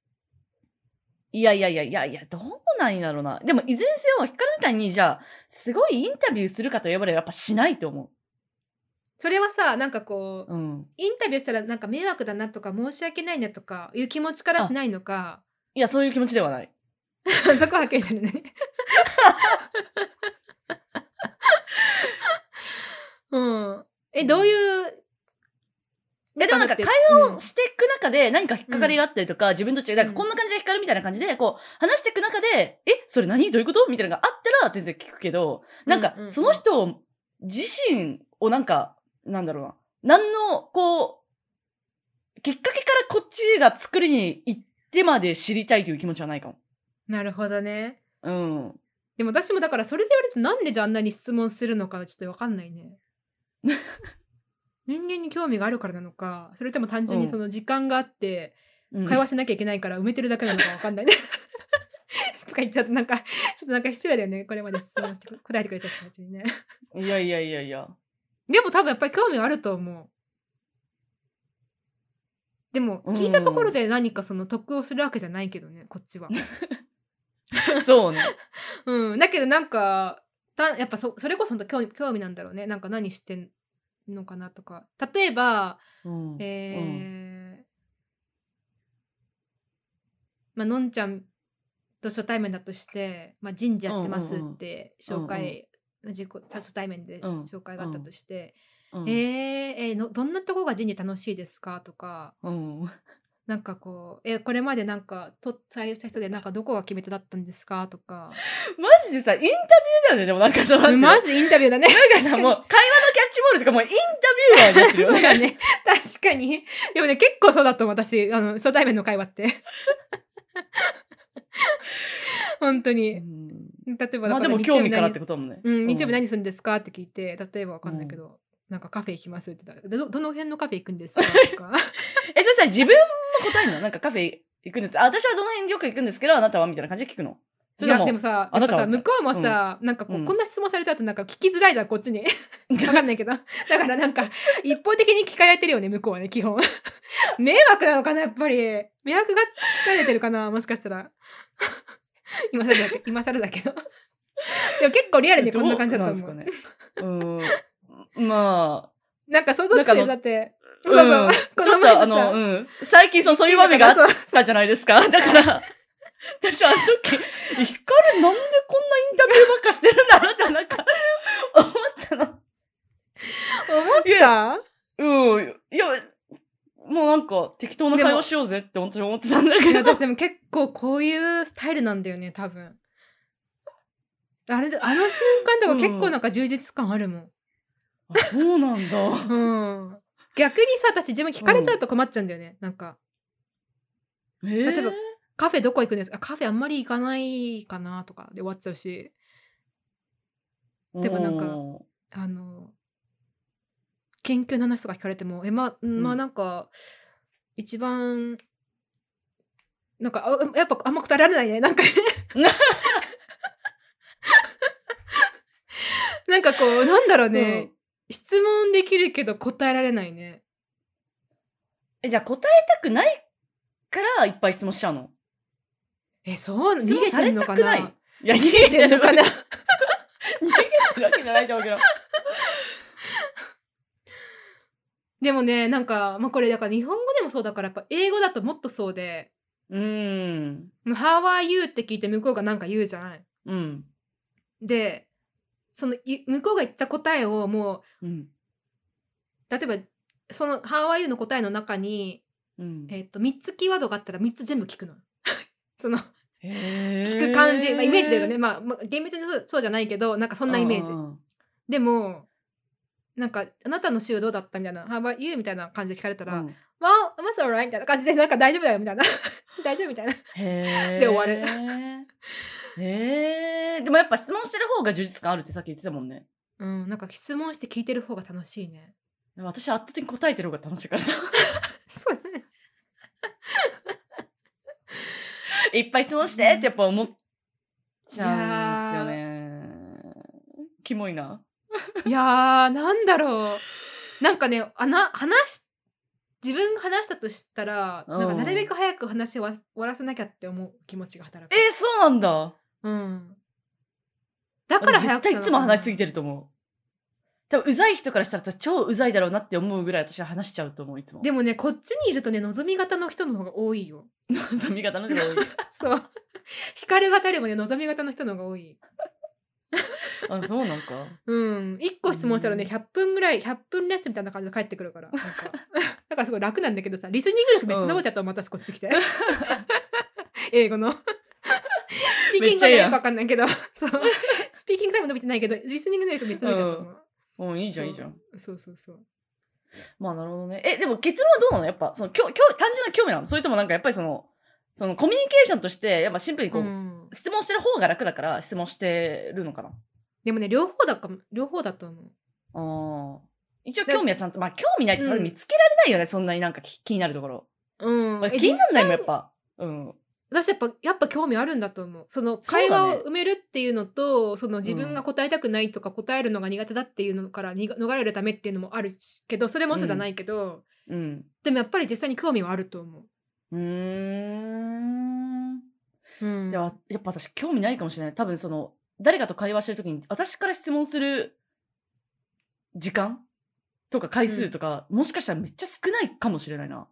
[SPEAKER 1] いやいやいやいやいや、どうなんやろうな。でも、いずれにせよ、ヒカルみたいに、じゃあ、すごいインタビューするかと呼ばれば、やっぱしないと思
[SPEAKER 2] う。それはさ、なんかこう、
[SPEAKER 1] う。うん。
[SPEAKER 2] インタビューしたらなんか迷惑だなとか申し訳ないなとかいう気持ちからしないのか、
[SPEAKER 1] いや、そういう気持ちではない。
[SPEAKER 2] そこはっきりしてる ね。うん。え、どういう、
[SPEAKER 1] いやでもなんか
[SPEAKER 2] だ
[SPEAKER 1] 会
[SPEAKER 2] って
[SPEAKER 1] 話
[SPEAKER 2] う
[SPEAKER 1] を
[SPEAKER 2] ん
[SPEAKER 1] していく中で何か引っかかりがあったりとか、自分と違う、なんかこんな感じで光るみたいな感じで、こう、話していく中で、え、それ何どういうことみたいなのがあったら全然聞くけど、なんか
[SPEAKER 2] うんうんう、ん
[SPEAKER 1] その人を自身をなんか、なんだろうな、何の、こう、きっかけからこっちが作りに行ってまで知りたいという気持ちはないかも。
[SPEAKER 2] なるほどね。
[SPEAKER 1] うん。
[SPEAKER 2] でも私もだからそれで言われてなんでじゃああんなに質問するのかちょっとわかんない ね。人間に興味があるからなのか、それとも単純にその時間があって
[SPEAKER 1] うん
[SPEAKER 2] 会話しなきゃいけないから埋めてるだけなのかわかんない ね。とか言っちゃってなんか、ちょっとなんか失礼だよね。これまで質問してく答えてくれた人たちにね。
[SPEAKER 1] いやいやいやい や。
[SPEAKER 2] でも多分やっぱり興味はあると思う。でも
[SPEAKER 1] うん
[SPEAKER 2] 聞いたところで何かその得をするわけじゃないけどね、こっちは。
[SPEAKER 1] そうね。
[SPEAKER 2] うん、だけどなんかたやっぱそそれこそ本当興味興味なんだろうねなんか何してんのかなとか例えば
[SPEAKER 1] うん
[SPEAKER 2] えーまあのんちゃんと初対面だとして、まあ、神社やってますって紹介、自己初対面で
[SPEAKER 1] うん
[SPEAKER 2] 紹介があったとして
[SPEAKER 1] う
[SPEAKER 2] 「
[SPEAKER 1] ん
[SPEAKER 2] えーえーのどんなとこが神社楽しいですか?」とか
[SPEAKER 1] うん。
[SPEAKER 2] なんかこう「えこれまでなんかと採用した人でなんかどこが決め手だったんですか?」とか
[SPEAKER 1] マジでさ、インタビューだよね。でもなんかさ、なんていうの
[SPEAKER 2] マジでインタビューだね。
[SPEAKER 1] なんかさ、もう、会話のキャッチボールとかもうインタビューバーになってる よ
[SPEAKER 2] そう
[SPEAKER 1] ね。
[SPEAKER 2] だね。確かに。でもね、結構そうだと思う私、あの、初対面の会話って。 本当
[SPEAKER 1] う
[SPEAKER 2] に。
[SPEAKER 1] ん
[SPEAKER 2] 例えばだ
[SPEAKER 1] ま
[SPEAKER 2] ら、
[SPEAKER 1] あでも
[SPEAKER 2] 日曜
[SPEAKER 1] 興
[SPEAKER 2] 日
[SPEAKER 1] 味から
[SPEAKER 2] 何
[SPEAKER 1] ってことだもんね。
[SPEAKER 2] うん、日曜日
[SPEAKER 1] うん
[SPEAKER 2] 何するんですかって聞いて、例えばわかんないけど、なんかカフェ行きますって言ったらでど、どの辺のカフェ行くんですかとか。
[SPEAKER 1] え、それさ、自分も答えるのなんかカフェ行くんです。あ、私はどの辺よく行くんですけど、あなたはみたいな感じで聞くの。そ
[SPEAKER 2] い
[SPEAKER 1] れ
[SPEAKER 2] や、
[SPEAKER 1] も
[SPEAKER 2] でもさ、や
[SPEAKER 1] あ
[SPEAKER 2] っぱ
[SPEAKER 1] なたは
[SPEAKER 2] さ、向こうもさ、なんかこう、
[SPEAKER 1] うん
[SPEAKER 2] こんな質問された後なんか聞きづらいじゃん、こっ ちに。わかんないけど。だからなんか、一方的に聞かれてるよね、向こうはね、基本。迷惑なのかな、やっぱり。迷惑がかれてるかな、もしかしたら。今更だけ、今更だけど。でも結構リアルでこんな感じだと思う。
[SPEAKER 1] どうなん
[SPEAKER 2] な
[SPEAKER 1] んですか ね。うん。まあ、
[SPEAKER 2] か想像つく
[SPEAKER 1] なんかあ
[SPEAKER 2] で
[SPEAKER 1] の
[SPEAKER 2] だって。
[SPEAKER 1] うん
[SPEAKER 2] そうそう。こ
[SPEAKER 1] ちょ
[SPEAKER 2] の
[SPEAKER 1] っ
[SPEAKER 2] 前
[SPEAKER 1] とあ
[SPEAKER 2] のさ
[SPEAKER 1] の、うん。最近そう、そういう場面があっ
[SPEAKER 2] そう
[SPEAKER 1] たじゃないですか。だから、私はあの時、ヒカルなんでこんなインタビューばっかしてるんだろうってなんか、思ったの。
[SPEAKER 2] 思った
[SPEAKER 1] うん。いや、もうなんか適当な会話しようぜって本当に思ってたんだけ
[SPEAKER 2] いや
[SPEAKER 1] ど。
[SPEAKER 2] 私でも結構こういうスタイルなんだよね多分あれだあの瞬間とか結構なんか充実感あるもん、
[SPEAKER 1] あそうなんだ。
[SPEAKER 2] うん逆にさ私自分聞かれちゃうと困っちゃうんだよね、なんか
[SPEAKER 1] 例
[SPEAKER 2] えばカフェどこ行くんですかあカフェあんまり行かないかなとかで終わっちゃうしでもなんかあの研究の話とか聞かれてもえまうんまあ
[SPEAKER 1] うん
[SPEAKER 2] なんか、一番なんかあやっぱあんま答えられないねなんかねなんかこうなんだろうね、
[SPEAKER 1] うん
[SPEAKER 2] 質問できるけど答えられないね
[SPEAKER 1] え、じゃあ答えたくないからいっぱい質問しちゃうの
[SPEAKER 2] えそう逃
[SPEAKER 1] 質問
[SPEAKER 2] げ
[SPEAKER 1] さ
[SPEAKER 2] て
[SPEAKER 1] れ
[SPEAKER 2] るの
[SPEAKER 1] た
[SPEAKER 2] か
[SPEAKER 1] く
[SPEAKER 2] な
[SPEAKER 1] ないいや、逃げ
[SPEAKER 2] 逃げて
[SPEAKER 1] て
[SPEAKER 2] る
[SPEAKER 1] る
[SPEAKER 2] のか
[SPEAKER 1] かな
[SPEAKER 2] な
[SPEAKER 1] 逃げてるわけじゃないと思うけど。
[SPEAKER 2] でもねなんか、まあ、これだから日本語でもそうだからやっぱ英語だともっとそうで
[SPEAKER 1] うーん。
[SPEAKER 2] 「How are you?」って聞いて向こうがなんか言うじゃない。
[SPEAKER 1] うん。
[SPEAKER 2] でそのい向こうが言った答えをも
[SPEAKER 1] うん。
[SPEAKER 2] う例えばその「How are you?」の答えの中に、
[SPEAKER 1] うん。
[SPEAKER 2] えっと3つキーワードがあったら3つ全部聞くの。その
[SPEAKER 1] 聞
[SPEAKER 2] 聞く感じ、まあ、イメージだよね、まあ、まあ厳密にそうそうじゃないけどなんかそ
[SPEAKER 1] そ
[SPEAKER 2] んなイメージでもなんか「あなたの週どうだった?」みたいな「How about you?」みたいな感じで聞かれたら「Well, I'm a alright」みたいな感じでなんか大丈夫だよみたいな 大丈夫みたいな
[SPEAKER 1] へー
[SPEAKER 2] で終わる。
[SPEAKER 1] へーでもやっぱ質問してる方が充実感あるってさっき言ってたもんね。
[SPEAKER 2] うんなんか質問して聞いてる方が楽しいね
[SPEAKER 1] でも私圧倒的に答えてる方が楽しいからさ。
[SPEAKER 2] そうね
[SPEAKER 1] いっぱい質問してってやっぱ思っちゃうんですよね。キモいな。
[SPEAKER 2] いやーなんだろうなんかねあな話し自分が話したとしたらなんかなるべく早く話をわ終わらせなきゃって思う気持ちが働
[SPEAKER 1] え
[SPEAKER 2] く
[SPEAKER 1] ー、そうなんだ。
[SPEAKER 2] うんだ
[SPEAKER 1] だ
[SPEAKER 2] から早く
[SPEAKER 1] 絶対いつも話しすぎ
[SPEAKER 2] て
[SPEAKER 1] てると思う。多分うざい人からしたら私超うざいだろうなって思うぐらい私は話しちゃうと思ういつも。
[SPEAKER 2] で
[SPEAKER 1] も
[SPEAKER 2] もねこっちにいるとね望み型の人の方が多いよ
[SPEAKER 1] 望み方の人が多い。
[SPEAKER 2] そう 光型よりもね望み型の人の方が多い
[SPEAKER 1] あそうなん か。
[SPEAKER 2] うん1個質問したらね
[SPEAKER 1] うん
[SPEAKER 2] 100分ぐらい100分レッスンみたいな感じで帰ってくるからなん かだからすごい楽なんだけどさリスニング力めっちゃ伸びたと思う私こっ ち来て英語のスピーキングが
[SPEAKER 1] めっちゃいいやん
[SPEAKER 2] よくわかんないけどそうスピーキングタイム伸びてないけどリスニング能力めっちゃ伸びたと思う、
[SPEAKER 1] もういいじゃんいいじゃん。
[SPEAKER 2] そうそうそう
[SPEAKER 1] まあなるほどね。え、でも結論はどうなのやっぱ、その、きょきょ単純な興味なのそれともなんかやっぱりその、そのコミュニケーションとして、やっぱシンプルにこう、
[SPEAKER 2] うん
[SPEAKER 1] 質問してる方が楽だから質問してるのかな
[SPEAKER 2] でもね両方だかも両方だと思う
[SPEAKER 1] ああ。一応
[SPEAKER 2] だ
[SPEAKER 1] 興味はちゃんと、まあ興味ないとそれ
[SPEAKER 2] うん
[SPEAKER 1] 見つけられないよね、そんなになんかき気になるところ。
[SPEAKER 2] うん
[SPEAKER 1] まあ、
[SPEAKER 2] え
[SPEAKER 1] 気にならないもんやっぱ。うん。
[SPEAKER 2] 私やっぱやっぱ興味あるんだと思うその
[SPEAKER 1] そうだね
[SPEAKER 2] 会話を埋めるっていうのとその自分が答えたくないとか答えるのが苦手だっていうのからにが逃れるためっていうのもあるしけどそれも嘘じゃないけど、
[SPEAKER 1] うん。
[SPEAKER 2] でもやっぱり実際に興味はあると思
[SPEAKER 1] うーん。
[SPEAKER 2] う、うん、
[SPEAKER 1] では、やっぱ私興味ないかもしれない。多分その、誰かと会話してるときに、私から質問する時間とか回数とか、もしかしたらめっちゃ少ないかもしれないな。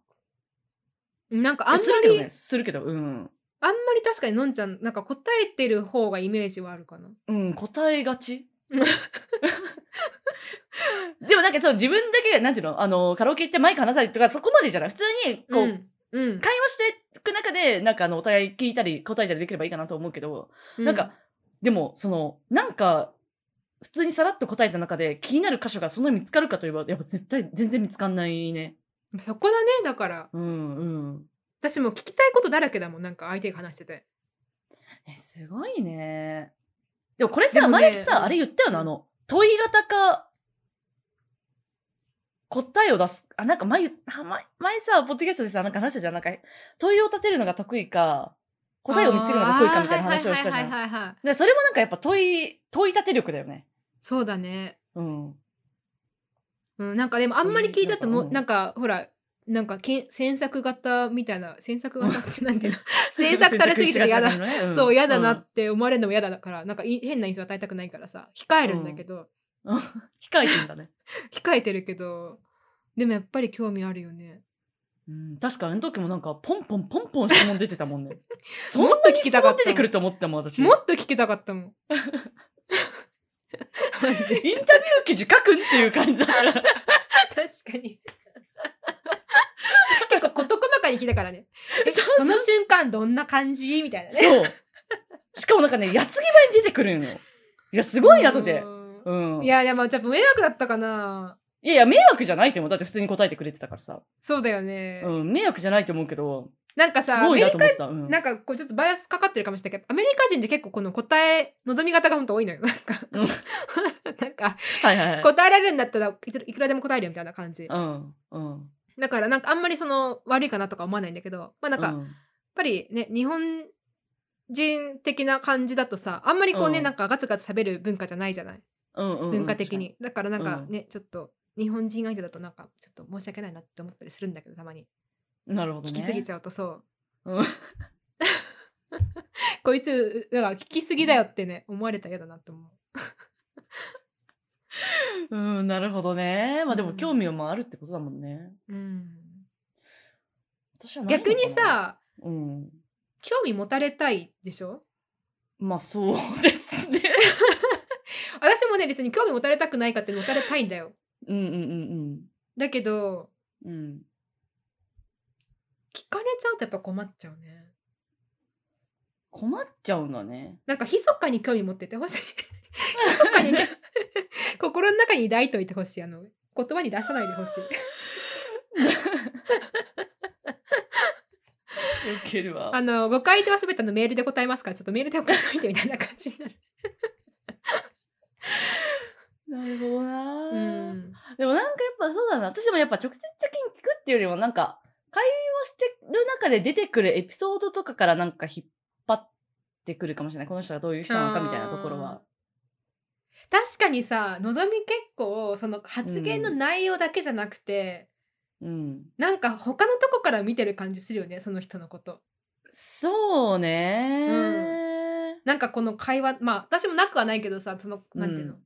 [SPEAKER 2] なんかあんます
[SPEAKER 1] るけど
[SPEAKER 2] り、
[SPEAKER 1] ね。するけど、うん。
[SPEAKER 2] あんまり確かにのんちゃんなんか答えてる方がイメージはあるかな
[SPEAKER 1] うん、答えが ち
[SPEAKER 2] うん。
[SPEAKER 1] でもなんかそう、自分だけ、なんていうのあの、カラオケ行ってマイク離されとか、そこまでじゃない。普通に、こう、
[SPEAKER 2] んうん
[SPEAKER 1] 会話していく中で、なんかあの、お互い聞いたり答えたりできればいいかなと思うけど、なんか、でも、その、なんか、普通にさらっと答えた中で気になる箇所がそんなに見つかるかといえば、やっぱ絶対全然見つかんないね。
[SPEAKER 2] うんそこだねだから
[SPEAKER 1] うんうん。
[SPEAKER 2] 私もう聞きたいことだらけだもんなんか相手が話してて
[SPEAKER 1] え、すごいね。でもこれ
[SPEAKER 2] で
[SPEAKER 1] さ、
[SPEAKER 2] もね
[SPEAKER 1] 前にさ、
[SPEAKER 2] うん
[SPEAKER 1] あれ言ったよな、あの、問い型か、答えを出す。あ、なんか前言っ、あ前前さ、ポッドキャストでさ、なんか話したじゃん。なんか、問いを立てるのが得意か、答えを見つけるのが得意かみたいな話をしたじゃ
[SPEAKER 2] あー
[SPEAKER 1] ん。
[SPEAKER 2] はいはいはいはいはいはい
[SPEAKER 1] で、それもなんかやっぱ問い、問い立て力だよね。
[SPEAKER 2] そうだね
[SPEAKER 1] うん。
[SPEAKER 2] うん、なんかでもあんまり聞いちゃうとも
[SPEAKER 1] う
[SPEAKER 2] うんなんかほらなんかけん詮索型みたいな詮索型ってなんていうの詮索されすぎて嫌だ、
[SPEAKER 1] だ
[SPEAKER 2] そう嫌だなって思われるのも嫌だからなんかい変な印象与えたくないからさ控えるんだけど、
[SPEAKER 1] 控えてんだね。
[SPEAKER 2] 控えてるけどでもやっぱり興味あるよね
[SPEAKER 1] うん、確かあの時もなんか、ポンポンポンポン質問出てたもんね。そん
[SPEAKER 2] もっ
[SPEAKER 1] な
[SPEAKER 2] と
[SPEAKER 1] に
[SPEAKER 2] 聞き
[SPEAKER 1] 質
[SPEAKER 2] たか
[SPEAKER 1] 問
[SPEAKER 2] っ
[SPEAKER 1] 出
[SPEAKER 2] た
[SPEAKER 1] てくると思ってたもん、私。
[SPEAKER 2] もっと聞きたかったもんマジ
[SPEAKER 1] イン
[SPEAKER 2] で
[SPEAKER 1] タビュー記事書くんっていう感じだ から。
[SPEAKER 2] 確かに 結構事細かに聞いた からねえ
[SPEAKER 1] そう
[SPEAKER 2] その瞬間どんな感じみたいなね
[SPEAKER 1] そう。しかもなんかね、矢継ぎ早に出てくるんよ。いや、すごいなと思って
[SPEAKER 2] う。ん
[SPEAKER 1] うん。
[SPEAKER 2] い
[SPEAKER 1] いや
[SPEAKER 2] や、でも、やっぱ迷惑だったかな。
[SPEAKER 1] いや、迷惑じゃないと思う。だって普通に答えてくれてたからさ。
[SPEAKER 2] そうだよね。
[SPEAKER 1] うん、迷惑じゃないと思うけど、
[SPEAKER 2] なんか
[SPEAKER 1] す
[SPEAKER 2] さ、ア
[SPEAKER 1] ごい
[SPEAKER 2] メ
[SPEAKER 1] なと
[SPEAKER 2] リ
[SPEAKER 1] 思
[SPEAKER 2] カ
[SPEAKER 1] ってた。うん
[SPEAKER 2] なんかこうちょっとバイアスかかってるかもしれないけど、アメリカ人って結構この答え、望み方がほんと多いのよ。 なんか、
[SPEAKER 1] うん
[SPEAKER 2] なんか、
[SPEAKER 1] はいはいはい。
[SPEAKER 2] 答えられるんだったらいくいくらでも答えるよみたいな感じ。
[SPEAKER 1] うん、うん。
[SPEAKER 2] だからなんかあんまりその悪いかなとか思わないんだけど、まあなんか、
[SPEAKER 1] う
[SPEAKER 2] やっぱりね、日本人的な感じだとさ、あんまりこうね、
[SPEAKER 1] うん
[SPEAKER 2] なんかガツガツ喋る文化じゃないじゃない
[SPEAKER 1] うんうん、
[SPEAKER 2] 文化的に。だからなんか
[SPEAKER 1] うん
[SPEAKER 2] ね、ちょっと日本人相手だとなんかちょっと申し訳ないなって思ったりするんだけど、たまに。
[SPEAKER 1] なるほど
[SPEAKER 2] 聞
[SPEAKER 1] ね。
[SPEAKER 2] きすぎちゃうとそう。
[SPEAKER 1] うん
[SPEAKER 2] こいつ、だから聞きすぎだよってね、思われたら嫌だなと思う。
[SPEAKER 1] うん、なるほどね。まあでも
[SPEAKER 2] うん
[SPEAKER 1] 興味もあるってことだもんね。
[SPEAKER 2] うん、
[SPEAKER 1] 私はないのか
[SPEAKER 2] 逆
[SPEAKER 1] な
[SPEAKER 2] に、さ、
[SPEAKER 1] うん。
[SPEAKER 2] 興味持たれたいでしょ
[SPEAKER 1] まあそうですね。
[SPEAKER 2] 私もね、別に興味持たれたくないかって持たれたいんだよ。
[SPEAKER 1] うんうんうん
[SPEAKER 2] だけど、
[SPEAKER 1] うん。うん。
[SPEAKER 2] 聞かれちゃうとやっぱ困っちゃうね。
[SPEAKER 1] 困っちゃうんだね。
[SPEAKER 2] なんか密かに興味持って てほしい密かに心の中に抱いといてほしいあの言葉に出さないでほしい
[SPEAKER 1] 受けるわ
[SPEAKER 2] あのご回答はすべてあのメールで答えますからちょっとメールで送っておいてみたいな感じになる
[SPEAKER 1] なるほどな、
[SPEAKER 2] うん
[SPEAKER 1] でもなんかやっぱそうだな。私でもやっぱ直接的に聞くっていうよりもなんか、会話してる中で出てくるエピソードとかからなんか引っ張ってくるかもしれない。この人がどういう人なのかみたいなところは。
[SPEAKER 2] 確かにさのぞみ結構その発言の内容だけじゃなくて、
[SPEAKER 1] うん。
[SPEAKER 2] なんか他のとこから見てる感じするよねその人のこと
[SPEAKER 1] そうね
[SPEAKER 2] なんかこの会話まあ私もなくはないけどさそのなんていうの、
[SPEAKER 1] うん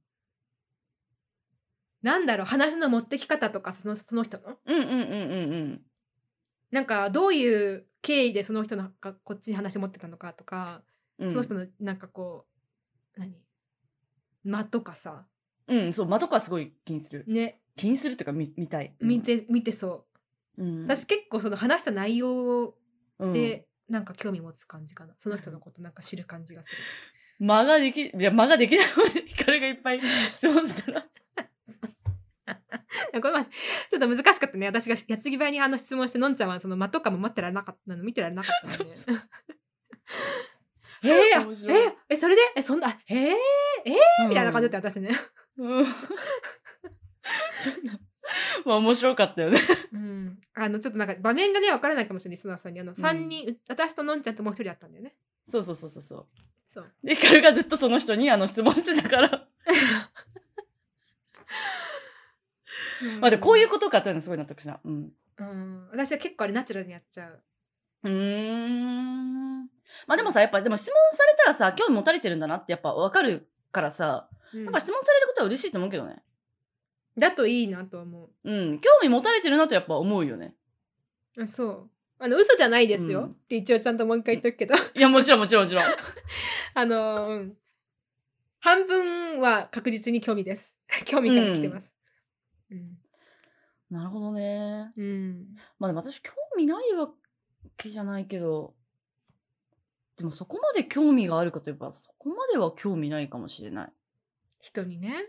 [SPEAKER 2] なんだろう話の持ってき方とかそのその人の
[SPEAKER 1] うんうんうんうんうん。
[SPEAKER 2] なんかどういう経緯でその人のがこっちに話を持ってたのかとか、
[SPEAKER 1] うん、
[SPEAKER 2] その人のなんかこう何間とかさ
[SPEAKER 1] うん、そう、間とかすごい気にする。
[SPEAKER 2] ね
[SPEAKER 1] 気にするというか見見たい。うん
[SPEAKER 2] 見、て、見てそ
[SPEAKER 1] うん
[SPEAKER 2] う私結構その話した内容
[SPEAKER 1] うん
[SPEAKER 2] でなんか興味持つ感じかなその人のことなんか知る感じがする
[SPEAKER 1] 間ができ、いや、間ができない。ヒカルがいっぱい、そうしたら。
[SPEAKER 2] これはちょっと難しかったね私が矢継ぎ早にあの質問してのんちゃんはその間とかも待ってられなかったの見てられなかったのね
[SPEAKER 1] そう
[SPEAKER 2] えーあ
[SPEAKER 1] 面白い
[SPEAKER 2] ええそれでえそんなあえー、えー、みたいな感じだった私ね
[SPEAKER 1] うん。ちょっとまあ面白かったよね。
[SPEAKER 2] うん、あのちょっとなんか場面がね分からないかもしれないリスナーさんにあの3人、う私とのんちゃんともう一人だったんだよね
[SPEAKER 1] そうそうそうそうそう。
[SPEAKER 2] そう
[SPEAKER 1] で、ヒカルがずっとその人にあの質問してたから。まあでもこういう、ことかというのすごい納得した。うん。
[SPEAKER 2] うん、私は結構あれナチュラルにやっちゃう
[SPEAKER 1] うーん。まあでもさ、やっぱでも質問されたらさ、興味持たれてるんだなってやっぱわかるからさ、
[SPEAKER 2] うん
[SPEAKER 1] やっぱ質問されることは嬉しいと思うけどね。
[SPEAKER 2] だといいなと思
[SPEAKER 1] うん。興味持たれてるなとやっぱ思うよね。
[SPEAKER 2] うあそうあの嘘じゃないですよ、
[SPEAKER 1] うん
[SPEAKER 2] って一応ちゃんともう一回言っとくけど
[SPEAKER 1] いや、もちろんもちろんもちろん。
[SPEAKER 2] あのーうん半分は確実に興味です 興味から来てますうん、
[SPEAKER 1] なるほどね。
[SPEAKER 2] うん、
[SPEAKER 1] まあでも私興味ないわけじゃないけど、でもそこまで興味があるかといえば、そこまでは興味ないかもしれない。
[SPEAKER 2] 人にね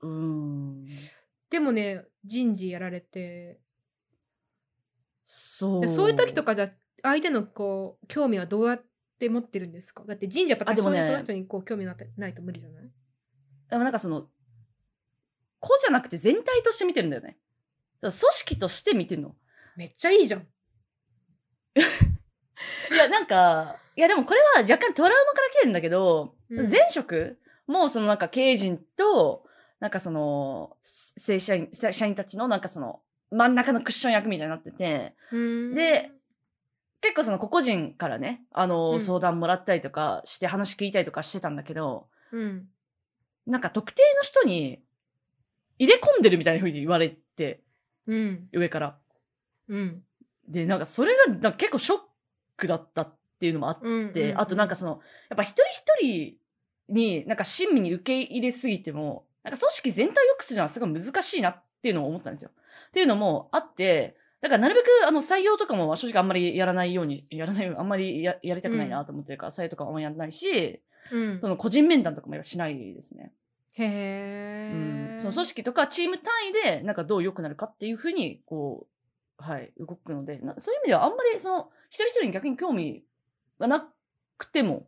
[SPEAKER 1] うーん。
[SPEAKER 2] でもね人事やられて
[SPEAKER 1] そう。
[SPEAKER 2] でそういう時とかじゃ相手のこう興味はどうやって持ってるんですかだって神社やっぱ
[SPEAKER 1] あ
[SPEAKER 2] 多
[SPEAKER 1] でも
[SPEAKER 2] 少
[SPEAKER 1] ね
[SPEAKER 2] ねその人にこう興味がないと無理じゃない
[SPEAKER 1] でもなんかその、子じゃなくて全体として見てるんだよね。だから組織として見てんの。
[SPEAKER 2] めっちゃいいじゃん。
[SPEAKER 1] いや、なんか、いやでもこれは若干トラウマから来てるんだけど、
[SPEAKER 2] うん
[SPEAKER 1] 前職もうそのなんか経営陣と、なんかその、正社員、社社員たちのなんかその、真ん中のクッション役みたいになってて、で、結構その個々人からね、あの、
[SPEAKER 2] うん
[SPEAKER 1] 相談もらったりとかして話聞いたりとかしてたんだけど、
[SPEAKER 2] うん、
[SPEAKER 1] なんか特定の人に入れ込んでるみたいな風に言われて、
[SPEAKER 2] うん、
[SPEAKER 1] 上から。
[SPEAKER 2] うん、
[SPEAKER 1] で、なんかそれがなんか結構ショックだったっていうのもあっ
[SPEAKER 2] うん、
[SPEAKER 1] て、あとなんかその、やっぱ一人一人になんか親身に受け入れすぎても、なんか組織全体を良くするのはすごい難しいなっていうのを思ったんですよ。っていうのもあって、だからなるべくあの採用とかもまあ正直あんまりやらないように、やらないように、あんまりややりたくないなと思ってるから、採用とかもあんまりやらないし、
[SPEAKER 2] うん、
[SPEAKER 1] その個人面談とかもしないですね。
[SPEAKER 2] へ
[SPEAKER 1] う
[SPEAKER 2] え、
[SPEAKER 1] ん。その組織とかチーム単位でなんかどう良くなるかっていうふうに、こう、はい、動くので、なそういう意味ではあんまりその一人一人に逆に興味がなくても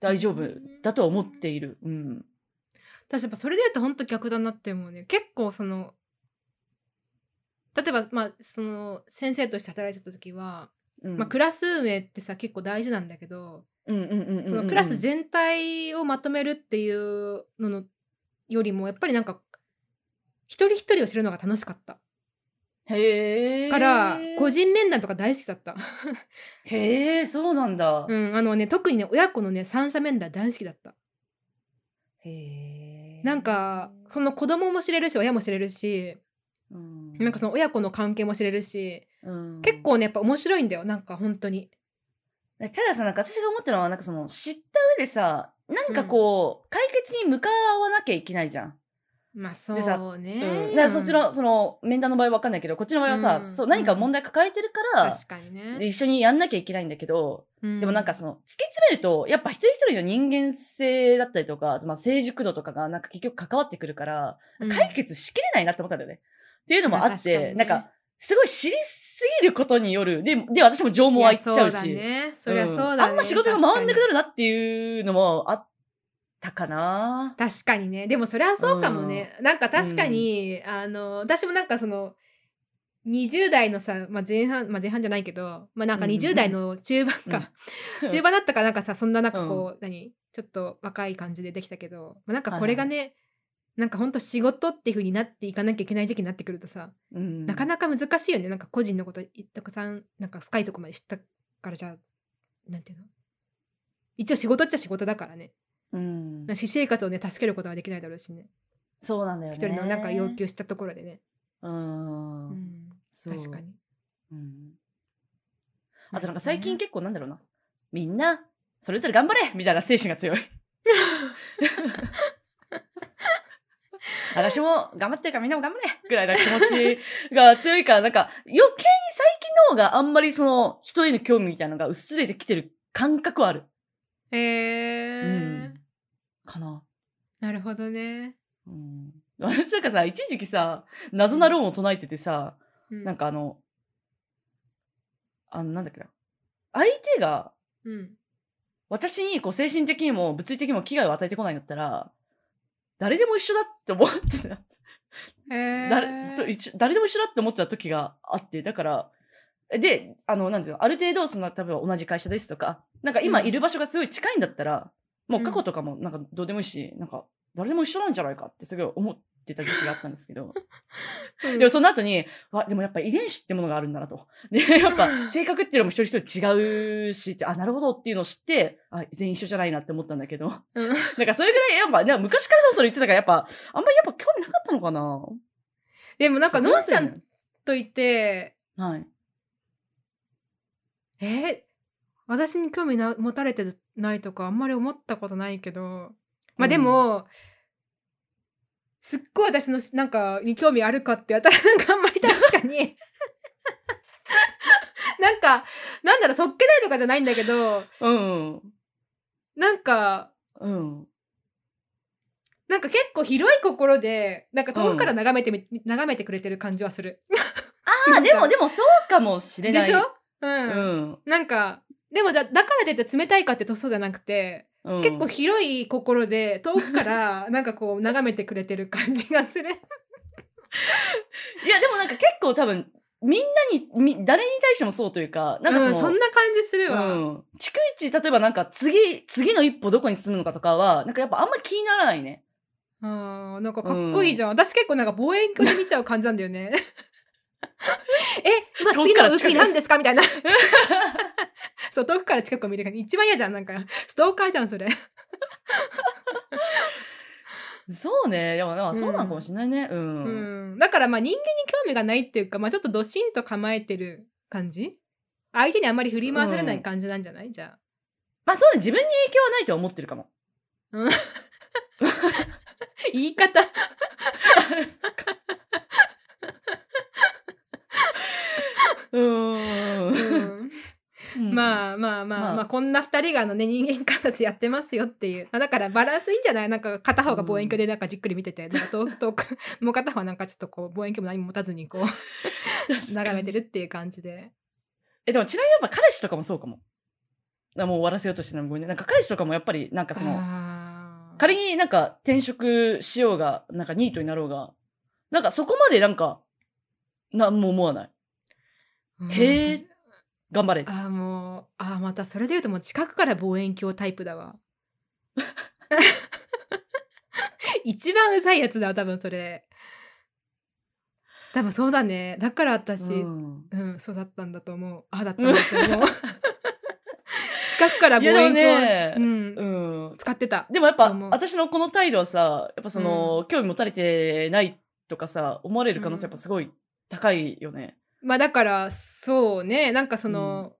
[SPEAKER 1] 大丈夫だとは思っている。うん。
[SPEAKER 2] 私やっぱそれで言うと本当逆だなって思うね結構その例えばまあその先生として働いてた時は、
[SPEAKER 1] うん。
[SPEAKER 2] まあ、クラス運営ってさ結構大事なんだけど、
[SPEAKER 1] うんうんうんうんうん
[SPEAKER 2] そのクラス全体をまとめるっていうののよりもやっぱりなんか一人一人を知るのが楽しかった
[SPEAKER 1] へえ。
[SPEAKER 2] から個人面談とか大好き だった、
[SPEAKER 1] へえ、そうなんだ。
[SPEAKER 2] うん、あのね特にね親子のね三者面談大好きだった
[SPEAKER 1] へえ。
[SPEAKER 2] なんかその子供も知れるし親も知れるし
[SPEAKER 1] うん、
[SPEAKER 2] なんかその親子の関係も知れるし
[SPEAKER 1] うん
[SPEAKER 2] 結構ねやっぱ面白いんだよなんか本当に
[SPEAKER 1] たださ、なんか私が思ったのは、なんかその、知った上でさ、なんかこう、解決に向かわなきゃいけないじゃん。
[SPEAKER 2] まあそ
[SPEAKER 1] でさ
[SPEAKER 2] うね、
[SPEAKER 1] うん、だからそっちのその面談の場合は分かんないけどこっちの場合はさ、
[SPEAKER 2] うん
[SPEAKER 1] そう何か問題抱えてるから、
[SPEAKER 2] 確かにね、
[SPEAKER 1] 一緒にやんなきゃいけないんだけど、でもなんかその突き詰めるとやっぱ一人一人の人間性だったりとか、まあ、成熟度とかがなんか結局関わってくるから、
[SPEAKER 2] うん
[SPEAKER 1] 解決しきれないなって思ったんだよね。っていうのもあって、
[SPEAKER 2] まあ確かにね
[SPEAKER 1] なんかすごい知りすぎることによるでで私も情
[SPEAKER 2] うん
[SPEAKER 1] も
[SPEAKER 2] いや
[SPEAKER 1] 湧いちゃうし。
[SPEAKER 2] そうだねそりゃそうだね、
[SPEAKER 1] ん、あんま仕事が回んなくな
[SPEAKER 2] る
[SPEAKER 1] るなっていうのもあったかな。
[SPEAKER 2] 確かにねでもそりゃそうかもね、なんか確かに、あの私もなんかその20代のさ、まあ、前半、まあ、前半じゃないけど、まあ、なんか
[SPEAKER 1] うんうん
[SPEAKER 2] 20代の中盤か、
[SPEAKER 1] うん
[SPEAKER 2] 中盤だったからなんかさそんななんかこう、何ちょっと若い感じでできたけど、まあ、なんかこれがね、なんかほんと仕事っていう風になっていかなきゃいけない時期になってくるとさ、
[SPEAKER 1] うん
[SPEAKER 2] なかなか難しいよねなんか個人のことたくさんなんか深いとこまで知ったからじゃあなんていうの一応仕事っちゃ仕事だからね
[SPEAKER 1] うん
[SPEAKER 2] 私生活をね助けることはできないだろうしね
[SPEAKER 1] そうなんだよね。
[SPEAKER 2] 一人のなんか要求したところでね、
[SPEAKER 1] う。
[SPEAKER 2] うんん、
[SPEAKER 1] そう
[SPEAKER 2] 確かに
[SPEAKER 1] うんあとなんか最近結構なんだろうな。みんな、それぞれ頑張れみたいな精神が強い。私も頑張ってるからみんなも頑張れぐらいな気持ちが強いから、なんか余計に最近の方があんまりその人への興味みたいなのが薄れてきてる感覚はある。
[SPEAKER 2] え
[SPEAKER 1] う
[SPEAKER 2] ー
[SPEAKER 1] ん。かな。
[SPEAKER 2] なるほどね、
[SPEAKER 1] うん。私なんかさ、一時期さ、謎な論を唱えててさ、
[SPEAKER 2] う
[SPEAKER 1] なん、かあの、あの、なんだっけな。相手が
[SPEAKER 2] うん、
[SPEAKER 1] 私にこう精神的にも物理的にも危害を与えてこないんだったら、誰でも一緒だって思ってた。
[SPEAKER 2] えー、
[SPEAKER 1] 誰と一緒誰でも一緒だって思ってた時があって、だから、で、あの、なんていうの、ある程度、その、例えば同じ会社ですとか、なんか今
[SPEAKER 2] うん
[SPEAKER 1] いる場所がすごい近いんだったら、もう過
[SPEAKER 2] う
[SPEAKER 1] 去
[SPEAKER 2] ん
[SPEAKER 1] とかもなんかどうでもいいし、なんか誰でも一緒なんじゃないかってすごい思ってた時期があったんですけど、
[SPEAKER 2] うん
[SPEAKER 1] でもその後に、わ、でもやっぱ遺伝子ってものがあるんだなと。 で、やっぱ性格っていうのも一人一人違うしって、あ、なるほどっていうのを知って、あ、全員一緒じゃないなって思ったんだけど。
[SPEAKER 2] うん
[SPEAKER 1] なんかそれぐらい、やっぱ、ね、昔からのそれ言ってたから、やっぱ、あんまりやっぱ興味なかったのかな
[SPEAKER 2] でもなんかのんちゃん
[SPEAKER 1] ん
[SPEAKER 2] といて
[SPEAKER 1] はい。
[SPEAKER 2] えー私に興味な持たれてないとかあんまり思ったことないけどまあでも、すっごい私のなんかに興味あるかってやったらなんかあんまり確か になんかなんだろうそっけないとかじゃないんだけど
[SPEAKER 1] うん。
[SPEAKER 2] なんか
[SPEAKER 1] うん。
[SPEAKER 2] なんか結構広い心でなんか遠くから眺めてみ、眺めてくれてる感じはする。
[SPEAKER 1] ああ、でも、でもそうかもしれ
[SPEAKER 2] で
[SPEAKER 1] ない。
[SPEAKER 2] しょ、
[SPEAKER 1] う
[SPEAKER 2] うん、
[SPEAKER 1] ん。
[SPEAKER 2] なんかでもじゃあだからといって冷たいかってとそうじゃなくて
[SPEAKER 1] うん。
[SPEAKER 2] 結構広い心で遠 くからなんかこう眺めてくれてる感じがする。
[SPEAKER 1] いや、でもなんか結構多分、みんなに、み誰に対してもそうというか、なんかその、
[SPEAKER 2] うん、そんな感じするわ。
[SPEAKER 1] うん。逐一、例えばなんか次、次の一歩どこに進むのかとかは、なんかやっぱあんまり気にならないね。
[SPEAKER 2] あーなんかかっこいいじゃん。私結構なんか望遠鏡で見ちゃう感じなんだよね。え、今
[SPEAKER 1] 遠く
[SPEAKER 2] 次
[SPEAKER 1] から
[SPEAKER 2] の
[SPEAKER 1] 近く
[SPEAKER 2] 動き何ですかみたいな。そう、遠くから近くを見る感じ。一番嫌じゃん。なんか、ストーカーじゃん、それ。
[SPEAKER 1] そうね。でもまあそうなのかもしれないね。う。
[SPEAKER 2] うんん。だからまあ人間に興味がないっていうか、まあちょっとドシンと構えてる感じ相手にあんまり振り回されない感じなんじゃない じゃあ。
[SPEAKER 1] まあそうね。自分に影響はないとは思ってるか も。
[SPEAKER 2] 言い方。
[SPEAKER 1] うーん。あ。
[SPEAKER 2] まあまあま
[SPEAKER 1] ま
[SPEAKER 2] あ、ま
[SPEAKER 1] あ
[SPEAKER 2] あ、こんな2人があの、ね、人間観察やってますよっていうあだからバランスいいんじゃないなんか片方が望遠鏡でなんかじっくり見てて、なんか遠く遠く もう片方はなんかちょっとこう望遠鏡も何も持たずにこう眺めてるっていう感じで
[SPEAKER 1] え、でもちなみにやっぱ彼氏とかもそうかも。あもう終わらせようとしてるのごめんね。なんか彼氏とかもやっぱり、なんかその、
[SPEAKER 2] あー
[SPEAKER 1] 仮になんか転職しようが、なんかニートになろうが、なんかそこまでなんか、なんも思わない。
[SPEAKER 2] うん
[SPEAKER 1] へー頑張れ。
[SPEAKER 2] あーもうあーまたそれで言うともう近くから望遠鏡タイプ だわ一番うざいやつだわ多分それ多分そうだねだから私、
[SPEAKER 1] うん
[SPEAKER 2] うん、そうだったんだと思う。あだ ったんだと思う。近くから望遠鏡、
[SPEAKER 1] いやで
[SPEAKER 2] う
[SPEAKER 1] も
[SPEAKER 2] ん
[SPEAKER 1] うん。
[SPEAKER 2] 使ってた。
[SPEAKER 1] でもやっぱ
[SPEAKER 2] 思う
[SPEAKER 1] 私のこの態度はさ、やっぱその、興味持たれてないとかさ、思われる可能性やっぱすごい高いよね。
[SPEAKER 2] まあだからそうねなんかその、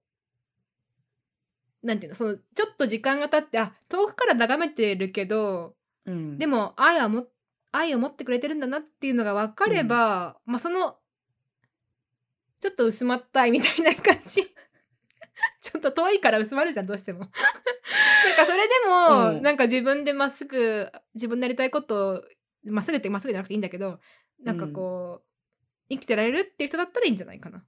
[SPEAKER 2] なんていうのそのちょっと時間が経ってあ遠くから眺めてるけど
[SPEAKER 1] うん。
[SPEAKER 2] でも愛はも愛を持ってくれてるんだなっていうのが分かれば、まあそのちょっと薄まったいみたいな感じ ちょっと遠いから薄まるじゃん どうしてもなんかそれでも、
[SPEAKER 1] うん
[SPEAKER 2] なんか自分でまっすぐ自分のやりたいことをまっすぐってまっすぐじゃなくていいんだけどなんかこう、生きてられるっていう人だったらいいんじゃないかな